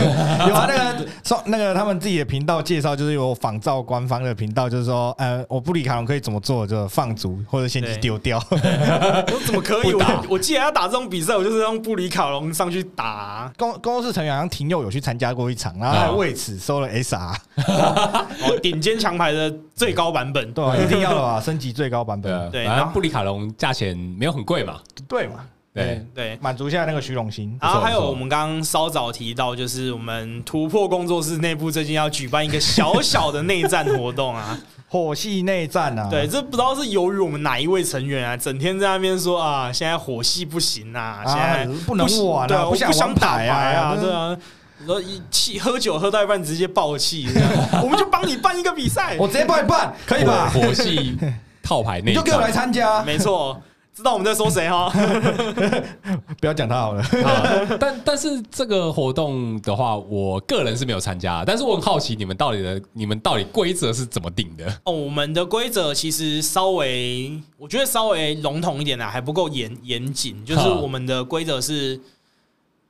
S2: 有啊，那个说那个他们自己的频道介绍，就是有仿照官方的频道，就是说，呃，我布里卡龙可以怎么做，就放逐或者先去
S1: 对
S2: 丢掉。
S1: 我怎么可以？
S3: 不打
S1: 我我既然要打这种比赛，我就是用布里卡龙上去打啊、
S2: 公公司成员好像廷佑有去参加过一场，然后还为此收了 SR，
S1: 哦，顶尖强牌的最高版本。
S2: 对 啊，一定要的吧，升级最高版本，
S1: 对
S3: 对，啊
S1: 然
S3: 反
S1: 后
S3: 正布里卡龙价钱没有很贵嘛，
S2: 对嘛？
S3: 对，
S1: 对，啊
S2: 满足一下那个虚荣心。
S1: 然后还有
S3: 不错
S1: 我们刚刚稍早提到，就是我们突破工作室内部最近要举办一个小小的内战活动啊。
S2: 火系内战啊，
S1: 对，这不知道是由于我们哪一位成员啊，整天在那边说啊，现在火系不行啊，现
S2: 啊
S1: 在，
S2: 不能
S1: 行
S2: 玩
S1: 对
S2: 啊，
S1: 啊，我
S2: 想
S1: 想
S2: 玩
S1: 打
S2: 牌啊，
S1: 对啊。你说一气喝酒喝到一半直接爆气，这样我们就帮你办一个比赛。
S2: 我直接帮你办，可以吧？
S3: 火系套牌内
S2: 你就给我来
S3: 战，
S2: 参加，
S1: 没错，知道我们在说谁哈？
S2: 不要讲他好了。
S3: 好啊但但是这个活动的话，我个人是没有参加，但是我很好奇你们到底的，你们到底规则是怎么定的？
S1: 哦，我们的规则其实稍微，我觉得稍微笼统一点啦，还不够严严谨。就是
S3: 哈
S1: 我们的规则是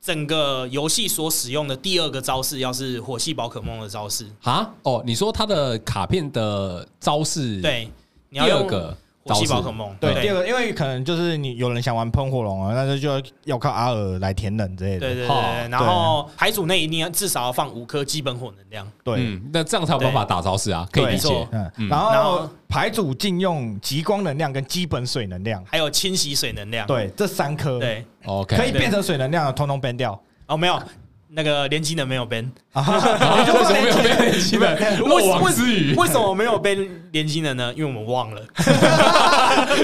S1: 整个游戏所使用的第二个招式，要是火系宝可梦的招式，
S3: 啊，哦，你说它的卡片的招式，，
S1: 对，你
S3: 第
S1: 要
S3: 二
S1: 用
S3: 个
S1: 火系
S3: 招式
S1: 宝可梦，
S2: 对，第
S1: 对
S2: 二个，因为可能就是你有人想玩喷火龙啊，但是就要靠阿尔来填冷之类
S1: 对对
S2: 的。
S1: 对
S3: 哈
S1: 对，然后牌组内一定要至少要放五颗基本火能量，
S2: 对，
S3: 嗯，那这样才有办法打招式啊，可
S2: 对
S3: 以理
S1: 没
S3: 解
S1: 错。
S2: 嗯，
S3: 嗯
S2: 然
S1: 然
S2: 后
S1: 后
S2: 牌组禁用极光能量跟基本水能量，
S1: 还有清洗水能量，
S2: 对，这三颗
S1: 对，
S3: OK，
S2: 可以
S1: 对
S2: 变成水能量的，通通 ban 掉。
S1: 哦没有。那个连技能没有 ban，
S3: 啊为什么没有被年轻人漏网之鱼？
S1: 为什么没有 ban 连技能呢？因为我们忘了。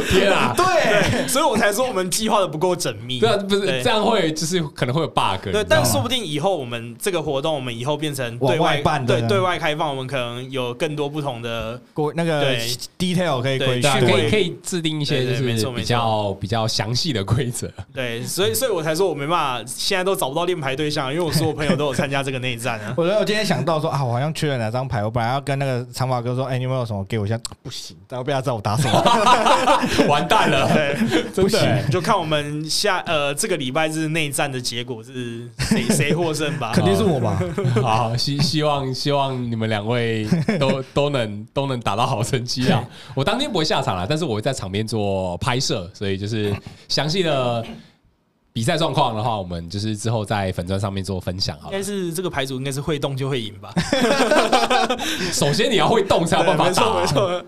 S3: 天啊！
S2: 对，
S1: 所以我才说我们计划的不够缜密。
S3: 对啊，不是
S1: 对
S3: 这样会就是可能会有 bug 你知道
S1: 对
S3: 吗。
S1: 但说不定以后我们这个活动，我们以后变成
S2: 往
S1: 对
S2: 外办的
S1: 对对外开放，我们可能有更多不同的。
S2: 规那个
S1: 对
S2: detail 可以
S1: 对
S2: 规
S3: 对啊，
S1: 对
S3: 可
S2: 矩。。
S3: 以可以制定一些
S1: 对对
S3: 就
S1: 没错没
S3: 是
S1: 错
S3: 比较比较详细的规则。
S1: 对，所以所以我才说我没办法，现在都找不到练牌对象，因为我所有朋友都有参加这个内战啊
S2: 我觉得我今天想到说啊，我好像缺了哪张牌，我本来要跟那个长发哥说，哎，你有没有什么给我一下？不行，但我不要知道我打什么，
S3: 完蛋了，真
S2: 不
S3: 的
S2: 行
S3: 欸
S1: 就看我们下呃这个礼拜日内战的结果是谁谁获胜吧。
S2: 肯定是我吧？
S3: 好，希希望希望你们两位都都能都能打到好成绩啊！我当天不会下场啦，但是我会在场边做拍摄，所以就是详细的比赛状况的话，我们就是之后在粉砖上面做分享好
S1: 应
S3: 了
S1: 该。是这个牌组应该是会动就会赢吧，
S3: 首先你要会动才有办法
S1: 对没
S3: 打
S1: 错没
S3: 啊。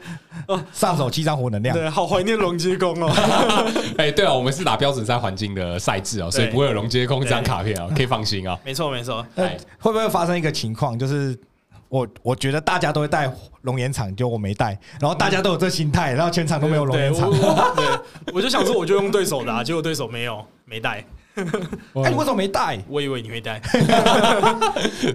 S1: 错，
S2: 上手七张火能量，
S1: 对，好怀念龙之宫哦。
S3: 哎，对啊，我们是打标准赛环境的赛制哦，所以
S1: 对
S3: 不会有龙接空这张卡片啊，可以放心 啊。
S1: 没错没错，
S2: 那
S3: 哎
S2: 会不会发生一个情况，就是我我觉得大家都会带龙眼厂，就我没带，然后大家都有这心态，然后全场都没有龙
S1: 对，
S2: 眼
S1: 我
S2: 厂。
S1: 我对，我就想说我就用对手的、啊，结果对手没有没带，
S2: 哎，你为什么没带？
S1: 我以为你会带。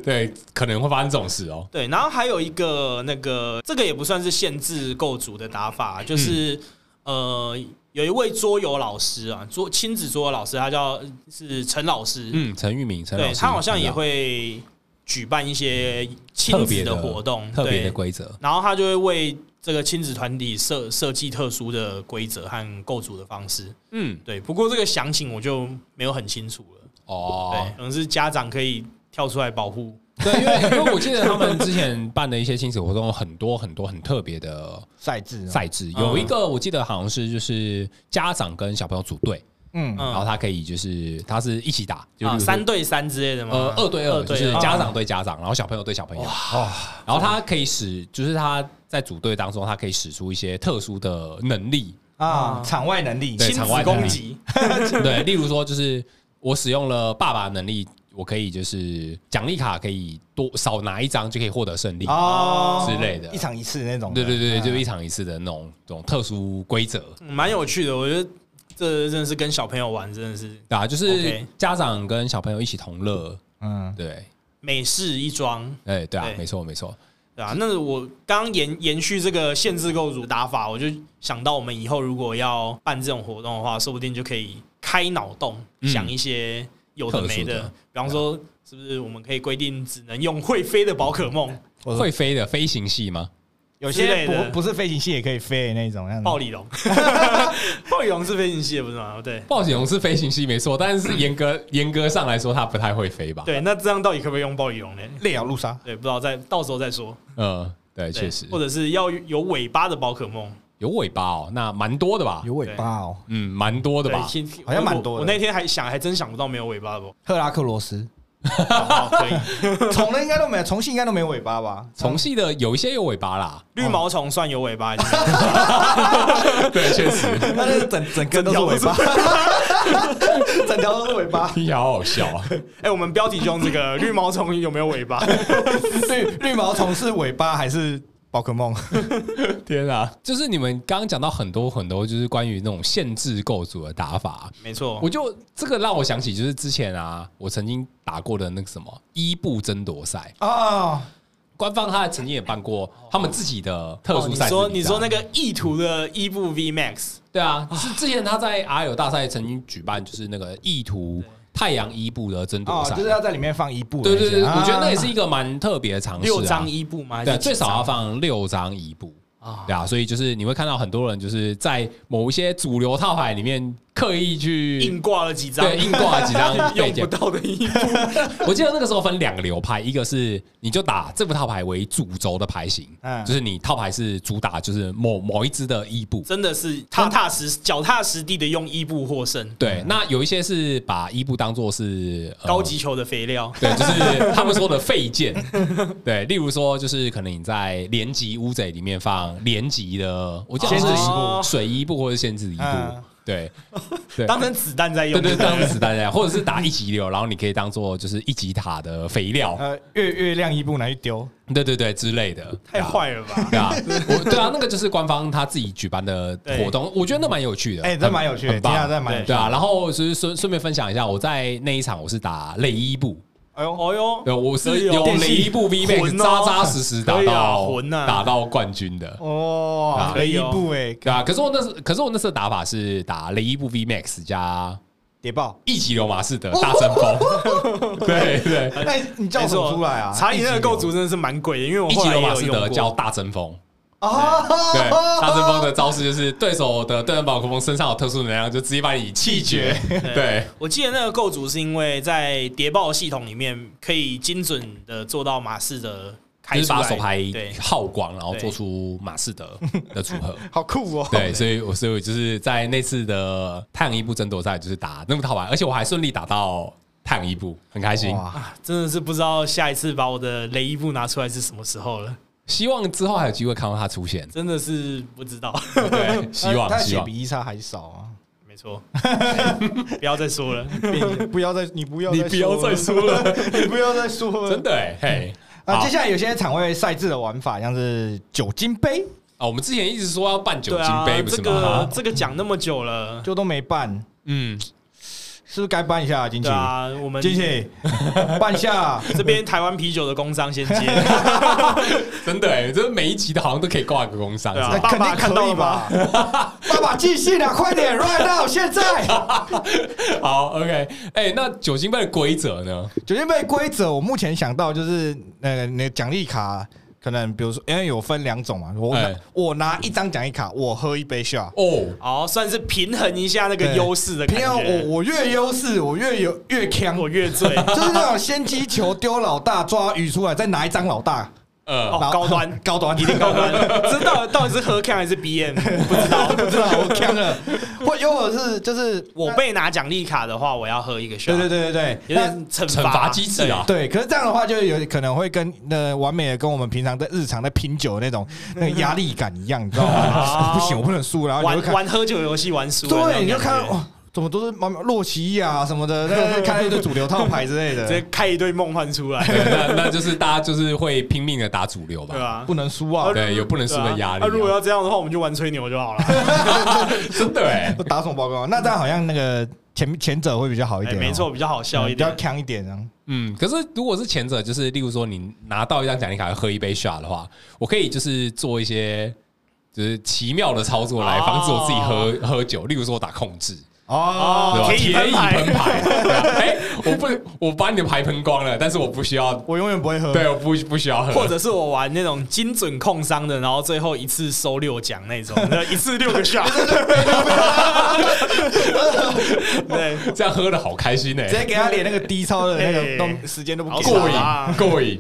S3: 对，可能会发生这种事哦。
S1: 对，然后还有一个那个，这个也不算是限制构筑的打法，啊
S3: 嗯
S1: 就是、呃，有一位桌游老师啊，桌亲子桌游老师，他叫是陈老师，
S3: 嗯，陈玉明，陈老
S1: 对
S3: 师，
S1: 他好像也
S3: 知道
S1: 会举办一些亲
S3: 特
S1: 子
S3: 别的
S1: 活动，
S3: 特别
S1: 对
S3: 的规则。
S1: 然后他就会为这个亲子团体设设计特殊的规则和构筑的方式。
S3: 嗯，
S1: 对，不过这个详情我就没有很清楚了。
S3: 哦
S1: 对，，可能是家长可以跳出来保护。
S3: 对，因 为因为我记得他们之前办的一些亲子活动，有很多很多很特别的
S2: 赛制啊，
S3: 赛制，
S1: 嗯
S3: 有一个我记得好像是就是家长跟小朋友组队，
S2: 嗯，
S1: 嗯
S3: 然后他可以就是他是一起打，就
S1: 啊，
S3: 是
S1: 三对三之类的吗？
S3: 呃二对二，
S1: 嗯二对
S3: 就
S1: 二啊
S3: 是家长对家长，然后小朋友对小朋友，
S2: 哦，
S3: 然后他可以使就是他在组队当中，他可以使出一些特殊的能力，
S2: 啊
S1: 啊，
S2: 场外能力，
S3: 对
S1: 亲
S3: 场
S1: 子
S3: 外的
S1: 攻
S3: 力
S1: 击，
S3: 对，例如说就是我使用了爸爸能力，我可以就是奖励卡可以多少拿一张就可以获得胜利。
S2: 哦
S3: 之类的
S2: 一场一次那种的。
S3: 对对对，
S2: 嗯
S3: 就一场一次的那种这种特殊规则，
S1: 嗯蛮有趣的。我觉得这真的是跟小朋友玩，真的是
S3: 对啊，就是
S1: OK
S3: 家长跟小朋友一起同乐，
S2: 嗯，
S3: 对，
S1: 美式一桩，
S3: 哎，对啊，
S1: 对
S3: 没错没错，
S1: 对啊，那我刚刚延延续这个限制购组打法，我就想到我们以后如果要办这种活动的话，说不定就可以开脑洞，
S3: 嗯
S1: 想一些有的没
S3: 特殊
S1: 的
S3: 的，啊
S1: 比方说是不是我们可以规定只能用会飞的宝可
S3: 嗯
S1: 梦、
S2: 我
S3: 会飞的飞行系吗？
S2: 有
S1: 之
S2: 些
S1: 类的
S2: 不不是飞行器也可以飞的那种，
S1: 暴力龙、 暴力龙是飞行系的不是吗？对
S3: 暴雪龙是飞行系没错，但是严格严格上来说，它不太会飞吧？，
S1: 嗯 对，那这样到底可不可以用暴力龙呢？
S2: 烈咬路杀。
S1: 对，不知道再到时候再说。
S3: 嗯，
S1: 对
S3: 对，确实
S1: 或者是要有尾巴的宝可梦，
S3: 有尾巴哦，那蛮多的吧？
S2: 有尾巴哦，
S3: 嗯，蛮多的
S1: 对
S3: 吧？
S1: 其实
S2: 好像蛮多的
S1: 我。我那天还想，还真想不到没有尾巴的宝
S2: 赫拉克 罗斯，
S1: 可梦好可以。
S2: 虫的应该都没有，虫系应该都没有尾巴吧？
S3: 虫系的有一些有尾 巴啦，
S1: 绿毛虫算有尾巴还是没 有，
S3: 对，确实，
S2: 那就是整整根都是尾巴， 整条都是尾巴。
S3: 听起来好好笑 啊！
S1: 哎、我们标题就用这个绿毛虫有没有尾 巴？
S2: 绿绿毛虫是尾巴还是宝可 梦？
S3: 天啊，就是你们刚刚讲到很多很多，就是关于那种限制构筑的打法，
S1: 没错，
S3: 我就这个让我想起，就是之前啊，我曾经打过的那个什么伊布争夺赛，
S2: 哦，
S3: 官方他曾经也办过他们自己的特殊
S1: 你
S3: 赛事比赛、
S1: 说哦你说那个意图的伊布 V Max，
S3: 对啊，是之前他在 R 友大赛曾经举办，就是那个意图太阳伊布的争夺
S2: 哦，
S3: 赛
S2: 就，是要在里面放一步。
S3: 对对对，
S2: 啊
S3: 我觉得那也是一个蛮特别的尝试、啊，
S1: 六张伊布吗？还是
S3: 对，
S1: 几
S3: 最少
S1: 张
S3: 要放六张一部
S1: 啊
S3: 对啊，所以就是你会看到很多人就是在某一些主流套牌里面刻意去
S1: 硬挂了几张，
S3: 对硬挂 几张
S1: 用
S3: 背
S1: 不
S3: 景。
S1: 到的 E 伊布。
S3: 我记得那个时候分两个流派，一个是你就打这副套牌为主轴的牌型，
S2: 嗯
S3: 就是你套牌是主打就是某某一支的伊布。
S1: 真的是踏踏实脚踏实地的用伊布获胜，
S3: 对，那有一些是把伊布当做是、呃
S1: 高级球的肥料。
S3: 对，就是他们说的废件。对，例如说，就是可能你在连级乌贼里面放连级的，我记得
S1: 限制
S3: 是
S1: 一步
S3: 水一步或者限制一步
S2: 嗯，
S3: 对对。
S1: 当成子弹在
S3: 对
S1: 用，
S3: 对，当时大家，或者是打一级流，然后你可以当做就是一级塔的肥料，
S2: 呃，月月亮一步拿去丢，
S3: 对对对之类的，
S1: 太哎坏了吧？
S3: 对啊，对啊我对啊，那个就是官方他自己举办的活动，我觉得那蛮有趣的，
S2: 哎，这蛮有趣的，
S3: 很
S2: 听
S3: 棒
S2: 起来这蛮有趣
S3: 对
S2: 的。
S3: 啊，然后就是顺顺便分享一下，我在那一场我是打雷伊布，
S2: 哎呦，
S1: 哦哟，
S3: 对，我
S1: 可以
S3: 是
S1: 哦
S3: 有
S1: 电
S3: 雷
S1: 信
S3: 伊布 V
S1: 魂
S3: Max
S1: 哦
S3: 扎扎实实打
S1: 可以啊
S3: 到
S1: 魂啊
S3: 打到冠军的，
S2: 哦
S3: 啊，
S2: 雷一步哎，
S3: 对啊，可是我那时可是我那次的打法是打雷伊布 V Max 加
S2: 谍报。
S3: 一级流马式的大阵风， 对对。
S2: 那哎你叫什么出来啊？
S1: 查理那个构筑真的是蛮贵的，因为我
S3: 一
S1: 后
S3: 级
S1: 来
S3: 流
S1: 也
S3: 马
S1: 有
S3: 式
S1: 用
S3: 的
S1: 过
S3: 叫大争锋，
S2: 哦，
S3: 对，大争锋的招式就是对手的对战宝可梦身上有特殊能量，就直接把你 气绝。对，
S1: 我记得那个构筑是因为在谍报系统里面可以精准的做到马氏的开
S3: 就
S1: 出
S3: 是把
S1: 来
S3: 手牌
S1: 对，
S3: 耗光，然后
S1: 对
S3: 做出马士德的组合。
S2: 好酷哦！
S3: 对，所以我所以我就是在那次的太阳一部争夺赛，就是打那么套牌，而且我还顺利打到太阳一部，很开心。
S2: 哇，
S1: 真的是不知道下一次把我的雷伊布拿出来是什么时候了，。
S3: 希望之后还有机会看到他出现
S1: 真的是不知道。
S3: 对，希
S2: 他
S3: 望
S2: 他
S3: 希
S2: 血
S3: 望
S2: 比。伊莎还少啊！
S1: 没错， 不要再说了。
S2: 不要再，你 不要，
S3: 你不要再说了，
S2: 你不要再说了。
S3: 真的欸嘿。
S2: 啊，
S3: 好
S2: 接下来有些场外赛制的玩法，像是酒精杯，
S3: 啊，我们之前一直说要办 酒
S1: 对
S3: 精
S1: 啊
S3: 杯，，不
S1: 这
S3: 是
S1: 个
S3: 吗？
S1: 这个讲那么久了，
S2: 就都没办，
S3: 嗯，
S2: 是不是该办一下、啊？金奇
S1: 对，啊，我们
S2: 金 奇，办一下。
S1: 这边台湾啤酒的工商先 接，
S3: 真的欸，这每一集的好像都可以挂个工伤。
S1: 对啊
S3: 是
S2: 那
S3: 吧
S1: 爸
S2: 肯
S1: 爸
S2: 定
S1: 看
S2: 可
S1: 到了
S2: 以
S1: 吗
S2: 吧？ 爸爸寄信啊，快点，right now，现在！
S3: 好，OK，哎，那酒精杯的规则呢？
S2: 酒精杯规则，我目前想到就是，呃，你的奖励卡可能，比如说，因为有分两种嘛，我拿
S3: 哎
S2: 我拿一张奖励卡，我喝一杯 shot，
S3: 哦，
S1: 好，算是平衡一下那个
S2: 对
S1: 优势的感
S2: 偏要我
S1: 觉。
S2: 我越优势，我越有越强，
S1: 哎我越醉，
S2: 就是那种先击球丢老大，抓鱼出来，再拿一张老大，
S3: 呃，
S1: 哦
S2: 然后
S1: 高端
S2: 高端，一
S1: 一定高端。这到底到底是喝 K 还是 BM？不知道，
S2: 不知道我呛 了，或又或者是就是
S1: 我被拿奖励卡的话，我要喝一个 shot。
S2: 对对对对
S1: 有
S2: 对，那
S1: 点惩
S3: 惩罚机制啊
S2: 对，可是这样的话就有可能会跟呃完美的跟我们平常在日常在拼酒 那种那个压力感一样，你知道吗？
S1: 好
S2: 不行，我不能输，然
S1: 对
S2: 啊后你
S1: 玩
S2: 就看，
S1: 玩喝酒游戏玩输了那种感
S2: 对，
S1: 觉，
S2: 你就看哇，哦怎么都是妈妈洛奇亚什 么的，那看一堆主流套牌之类
S1: 直接
S2: 的，
S1: 开一堆梦幻出来，
S3: 对那那就是大家就是会拼命的打主流
S1: 对
S3: 吧，
S1: 吧？
S2: 不能输啊！
S3: 对，有不能输的压力
S1: 那、
S3: 啊。
S1: 如果要这样的话，我们就玩吹牛就好了。
S3: 真的哎，
S2: 都打什么报告？那这样好像那个前前者会比较好一
S1: 哎，
S2: 点哦，
S1: 没错，比较好笑
S2: 嗯
S1: 一
S2: 比较
S1: 点。
S2: 强一点啊。
S3: 嗯，可是如果是前者，就是例如说你拿到一张奖励卡喝一杯 shot 的话，我可以就是做一些就是奇妙的操作来
S1: 哦
S3: 防止我自己喝、喝酒，例如说我打控制，
S1: 哦
S3: 对吧？
S1: 铁
S3: 铁
S1: 椅
S3: 椅
S1: 喷
S3: 喷
S1: 牌
S3: 牌，对啊哎、我不我把你的牌喷光了，但是我不需要，
S2: 我永远不会喝。
S3: 对，我不不需要喝，
S1: 或者是我玩那种精准控伤的，然后最后一次收六奖那 种，一次六个 shot。对，
S3: 这样喝的好开心哎、
S2: 直接给他连那个低超的那
S1: 哎
S2: 个都时间都不
S1: 好
S2: 给
S1: 爽
S3: 过
S2: 他，
S1: 啊
S3: 瘾过瘾，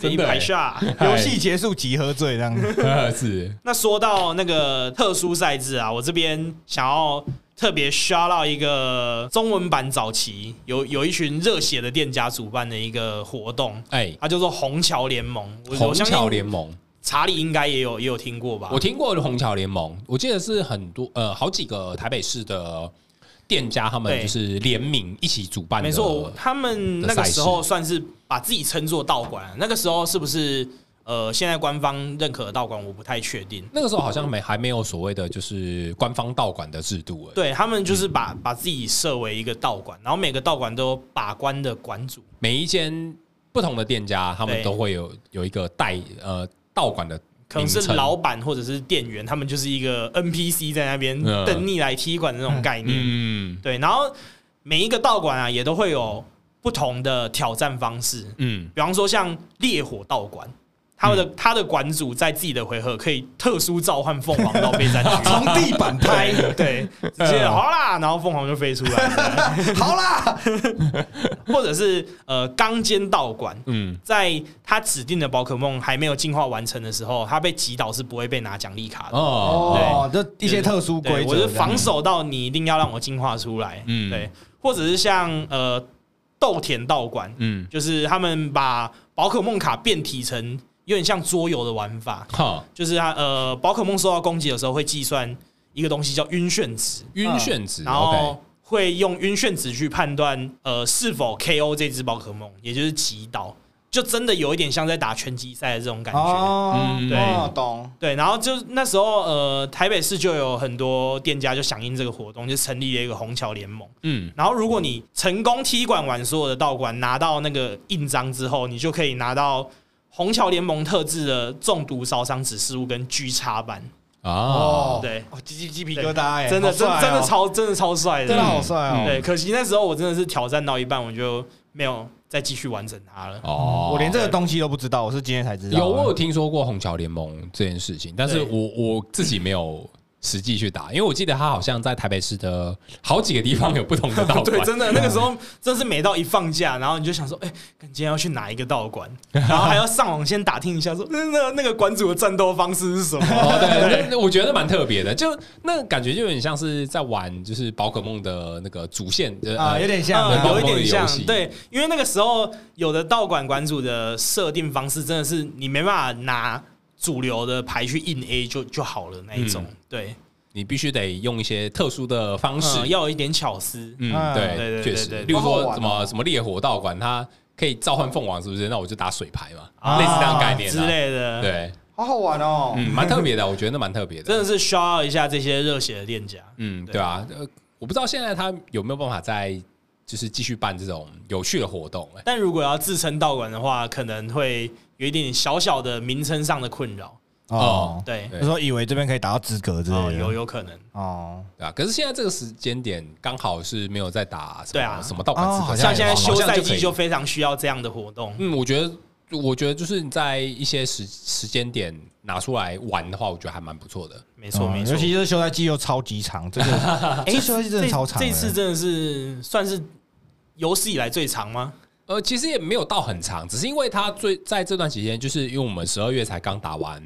S1: 这
S3: 真
S1: 一
S3: 的、
S1: 排
S3: 欸、
S1: 下。
S2: 游戏结束即喝醉这样子。
S3: 是
S1: 那说到那个特殊赛制啊，我这边想要特别 shout out 一个中文版早期有有一群热血的店家主办的一个活动，
S3: 哎，
S1: 它叫做虹桥联盟。我
S3: 虹
S1: 我相
S3: 桥
S1: 信
S3: 联盟。
S1: 查理应该也有也有听过吧？
S3: 我听过虹桥联盟，我记得是很多呃好几个台北市的店家，他们
S1: 对
S3: 就是联名一起主办的。
S1: 没错，他们那个时候算是把自己称作道馆。那个时候是不是呃，现在官方认可的道馆，我不太确定。
S3: 那个时候好像没还没有所谓的就是官方道馆的制度、哎，
S1: 对他们就是把、把自己设为一个道馆，然后每个道馆都有把关的馆主。
S3: 每一间不同的店家，他们
S1: 对
S3: 都会有有一个代呃道馆的
S1: 可能
S3: 名
S1: 是
S3: 称
S1: 老板或者是店员，他们就是一个 NPC 在那边
S3: 嗯
S1: 等你来踢馆的那种概念。
S3: 嗯
S1: 对，然后每一个道馆啊，也都会有不同的挑战方式。
S3: 嗯
S1: 比方说像烈火道馆，他
S2: 嗯
S1: 们的、他的馆主在自己的回合可以特殊召唤凤凰到备战
S2: 从
S1: 区。
S2: 地板拍，
S1: 对，直接好啦，然后凤凰就飞出来，
S2: 好啦，
S1: 或者是呃钢尖道馆，
S3: 嗯
S1: 在他指定的宝可梦还没有进化完成的时候，他被击倒是不会被拿奖励卡的。
S3: 哦
S2: 哦，这一些特殊
S1: 对，
S2: 规则，
S1: 我是防守到你一定要让我进化出来。
S3: 嗯
S1: 对，或者是像呃豆田道馆，
S3: 嗯
S1: 就是他们把宝可梦卡变体成有点像桌游的玩法，
S3: 哈
S1: 就是它呃，宝可梦受到攻击的时候会计算一个东西叫晕眩值，
S3: 晕眩值
S1: 然
S3: ，OK
S1: 后会用晕眩值去判断呃是否 KO 这只宝可梦，也就是击倒，就真的有一点像在打拳击赛的这种感觉。
S2: 哦，
S3: 嗯
S1: 对
S2: 哦懂。
S1: 对，然后就那时候呃，台北市就有很多店家就响应这个活动，就成立了一个虹桥联盟。
S3: 嗯
S1: 然后如果你成功踢馆完所有的道馆，拿到那个印章之后，你就可以拿到。虹桥联盟特制的中毒烧伤指示物跟 G 叉版，
S3: 哦
S1: 对，
S2: 哦，鸡鸡鸡皮疙瘩哎，
S1: 真的
S2: 好
S1: 真
S2: 帅哦
S1: 真的，超真的超帅的，
S2: 真的好帅哦！
S3: 嗯
S1: 对，可惜那时候我真的是挑战到一半，我就没有再继续完成它了。
S3: 哦，
S2: 我连这个东西都不知道，我是今天才知道。
S3: 有我有听说过虹桥联盟这件事情，但是
S1: 嗯对
S3: 我我自己没有实际去打，因为我记得他好像在台北市的好几个地方有不同的 道
S1: 对，
S3: 馆。
S1: 真的那个时候，真的是每到一放假，然后你就想说，哎、看今天要去哪一个道馆，然后还要上网先打听一下说，那那那个馆主的战斗方式是什么？
S3: 哦，对，那那我觉得蛮特别的，就那感觉就有点像是在玩就是宝可梦的那个主线呃的
S2: 啊，有点像
S1: 嗯
S2: 啊
S1: 有一点
S3: 游
S1: 像
S3: 戏，
S1: 对，因为那个时候有的道馆馆主的设定方式真的是你没办法拿主流的牌去硬 A 就就好了那一种，
S3: 嗯
S1: 对，
S3: 你必须得用一些特殊的方式
S1: 嗯，。要有一点巧思，
S3: 嗯，
S2: 嗯
S1: 对
S3: 对，
S1: 对
S3: 确
S1: 对
S3: 实
S1: 对，
S3: 例如
S2: 好好
S3: 说
S2: 玩
S3: 什
S2: 哦
S3: 么什么烈火道馆，它可以召唤凤凰，是不是？那我就打水牌嘛，
S1: 啊
S3: 类似这样的概念啊
S1: 之。类的，
S3: 对，
S2: 好好玩哦。
S3: 嗯，蛮特别的，我觉得那蛮特别的，
S1: 真的是 shout out 一下这些热血的店家。
S3: 嗯，对啊，呃，我不知道现在他有没有办法再就是继续办这种有趣的活动、欸，
S1: 但如果要自称道馆的话，可能会有一点点小小的名称上的困扰。
S2: 哦，
S1: 对，
S3: 对
S2: 我说以为这边可以达到资格之
S3: 啊
S1: 哦，
S2: 类
S1: 有
S2: 的。
S1: 有可能。
S2: 哦，
S3: 对啊。可是现在这个时间点刚好是没有在打什么
S1: 对啊
S3: 什么道馆资格
S2: 哦好
S1: 像
S2: 像
S1: 现在休赛季就
S3: 好像可以
S1: 非常需要这样的活动。
S3: 嗯，我觉得我觉得就是你在一些时时间点拿出来玩的话，我觉得还蛮不错的。
S1: 没错，
S2: 哦
S1: 没错
S2: 尤。其是休赛季又超级长，这 个哎，休赛季真的超长的。
S1: 这次真的是算是有史以来最长吗？
S3: 呃，其实也没有到很长，只是因为他最在这段期间，就是因为我们十二月才刚打完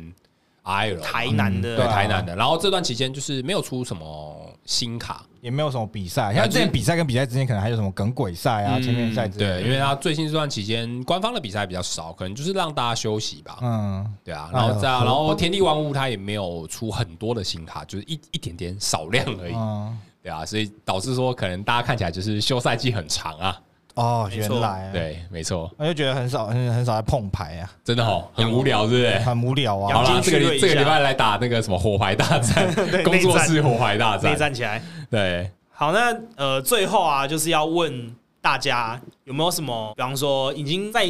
S3: I L
S1: 台南的
S3: 嗯对
S2: 对啊
S3: 台南的，然后这段期间就是没有出什么新卡，
S2: 也没有什么比
S1: 啊
S2: 赛，像之前比赛跟比赛之间可能还有什么梗鬼赛
S1: 嗯
S2: 啊、前面赛之类的
S3: 嗯对，因为他最近这段期间官方的比赛比较少，可能就是让大家休息吧。
S2: 嗯，
S3: 对
S1: 哦
S3: 啊，
S2: 哎
S3: 然
S2: 呦
S3: 后再啊
S2: 好
S1: 哦
S3: 然后天地万物它也没有出很多的新卡，就是一一点点少量而已。
S2: 嗯，
S3: 对啊，所以导致说可能大家看起来就是休赛季很长啊。
S2: 哦，
S1: 没错
S2: 原来、啊，，
S3: 对，没错，
S2: 我就觉得很少很很少在碰牌 啊，
S3: 真的哦，很无聊，对不对？
S2: 很无聊
S3: 好
S2: 啊。
S1: 哎养
S3: 啦，
S1: 精
S3: 这
S1: 蓄
S3: 个
S1: 锐
S3: 礼
S1: 一
S3: 这个
S1: 下
S3: 礼拜来打那个什么火牌大战
S1: 对，
S3: 工作
S1: 内
S3: 室火牌大
S1: 内
S3: 战。
S1: 战起来。
S3: 对，
S1: 好，那呃，最后啊，就是要问大家有没有什么，比方说已经在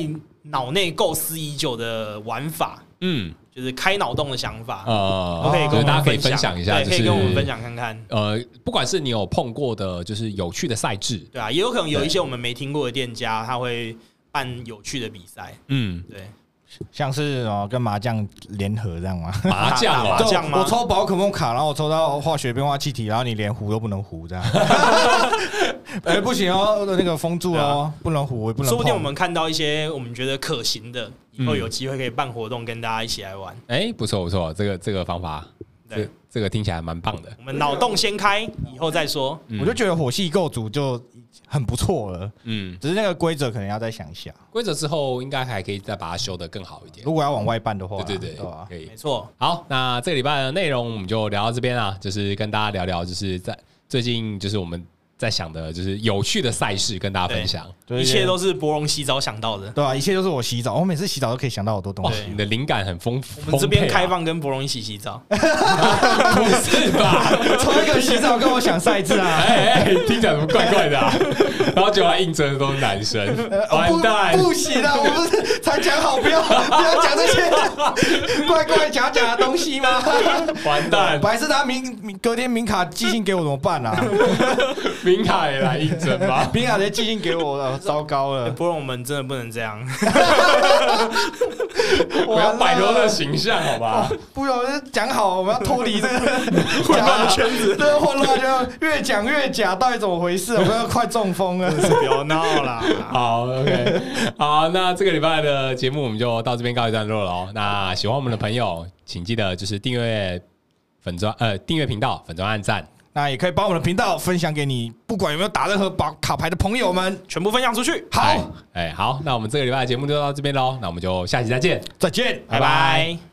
S1: 脑内构思已久的玩法，
S3: 嗯，
S1: 就是开脑洞的想法，
S3: 呃，
S1: 都可以跟
S3: 对
S1: 我们
S3: 大家可以分
S1: 分
S3: 享一下，
S1: 对
S3: 就
S1: 可以
S3: 是
S1: 跟我们分享看看。
S3: 呃，不管是你有碰过的，就是有趣的赛制，
S1: 对啊，也有可能有
S3: 对
S1: 一些我们没听过的店家，他会办有趣的比赛。
S3: 嗯，
S1: 对，
S2: 像是哦跟麻将联合这样吗？
S3: 麻将
S1: 打
S3: 哦
S1: 麻，将
S2: 对
S1: 吗
S2: 我抽宝可梦卡，然后我抽到化学变化气体，然后你连糊都不能糊 这样。哎、不行哦，那个封住哦，不能糊，我也不能
S1: 啊
S2: 碰。
S1: 说不定我们看到一些我们觉得可行的，以后
S3: 嗯
S1: 有机会可以办活动跟大家一起来玩。
S3: 哎，不错不错，这个这个方法，
S1: 对
S3: 这这个听起来蛮棒的。
S1: 我们脑洞先开，以后再说。
S3: 嗯
S2: 我就觉得火系构筑就很不错了，
S3: 嗯，
S2: 只是那个规则可能要再想一下。
S3: 规则之后应该还可以再把它修得更好一点。
S2: 如果要往外办的话，
S3: 对对
S2: 对啊
S3: 对
S2: 吧，
S3: 可以
S1: 没。错，
S3: 好，那这个礼拜的内容我们就聊到这边啦，就是跟大家聊聊，就是在最近就是我们在想的，就是有趣的赛事跟大家分享。
S2: 就是
S1: 一切都是博龙洗澡想到的。
S2: 对啊，一切都是我洗澡，我每次洗澡都可以想到好多东
S3: 哇
S2: 西。，
S3: 你的灵感很丰富。
S1: 我们这边
S3: 丰沛啊
S1: 开放跟博龙一起洗澡，
S3: 不是吧？
S2: 从一个洗澡跟我想赛制啊，
S3: 哎哎，听起来怎么怪怪的啊？然后结果他应征的都是男生，完蛋
S2: 呃哦 不！不行啊！我不是才讲好不要不要讲这 些怪怪假假的东西吗？
S3: 完蛋！
S2: 哦白是他明明隔天明卡寄信给我怎么办啊？
S3: 明卡也来应征吧？
S2: 明卡直接寄信给我了，糟糕了！
S1: 博龙我们真的不能这样。
S3: 我要摆脱
S2: 完
S3: 这个
S2: 了啊
S3: 形象，好吧？
S2: 不然我就讲好，我们要脱 离这个混乱圈子，这个混乱圈越讲越假，到底怎么回事？我要快中风了。
S1: 不要闹啦！
S3: 好，OK，好，那这个礼拜的节目我们就到这边告一段落了哦。那喜欢我们的朋友，请记得就是订阅粉砖呃订阅频道，粉砖按赞。
S2: 那也可以把我们的频道分享给你，不管有没有打任何宝卡牌的朋友们。
S1: 全部分享出去。
S2: 好，
S3: 哎，哎好，那我们这个礼拜的节目就到这边喽，那我们就下期再见。
S2: 再见，
S1: 拜拜。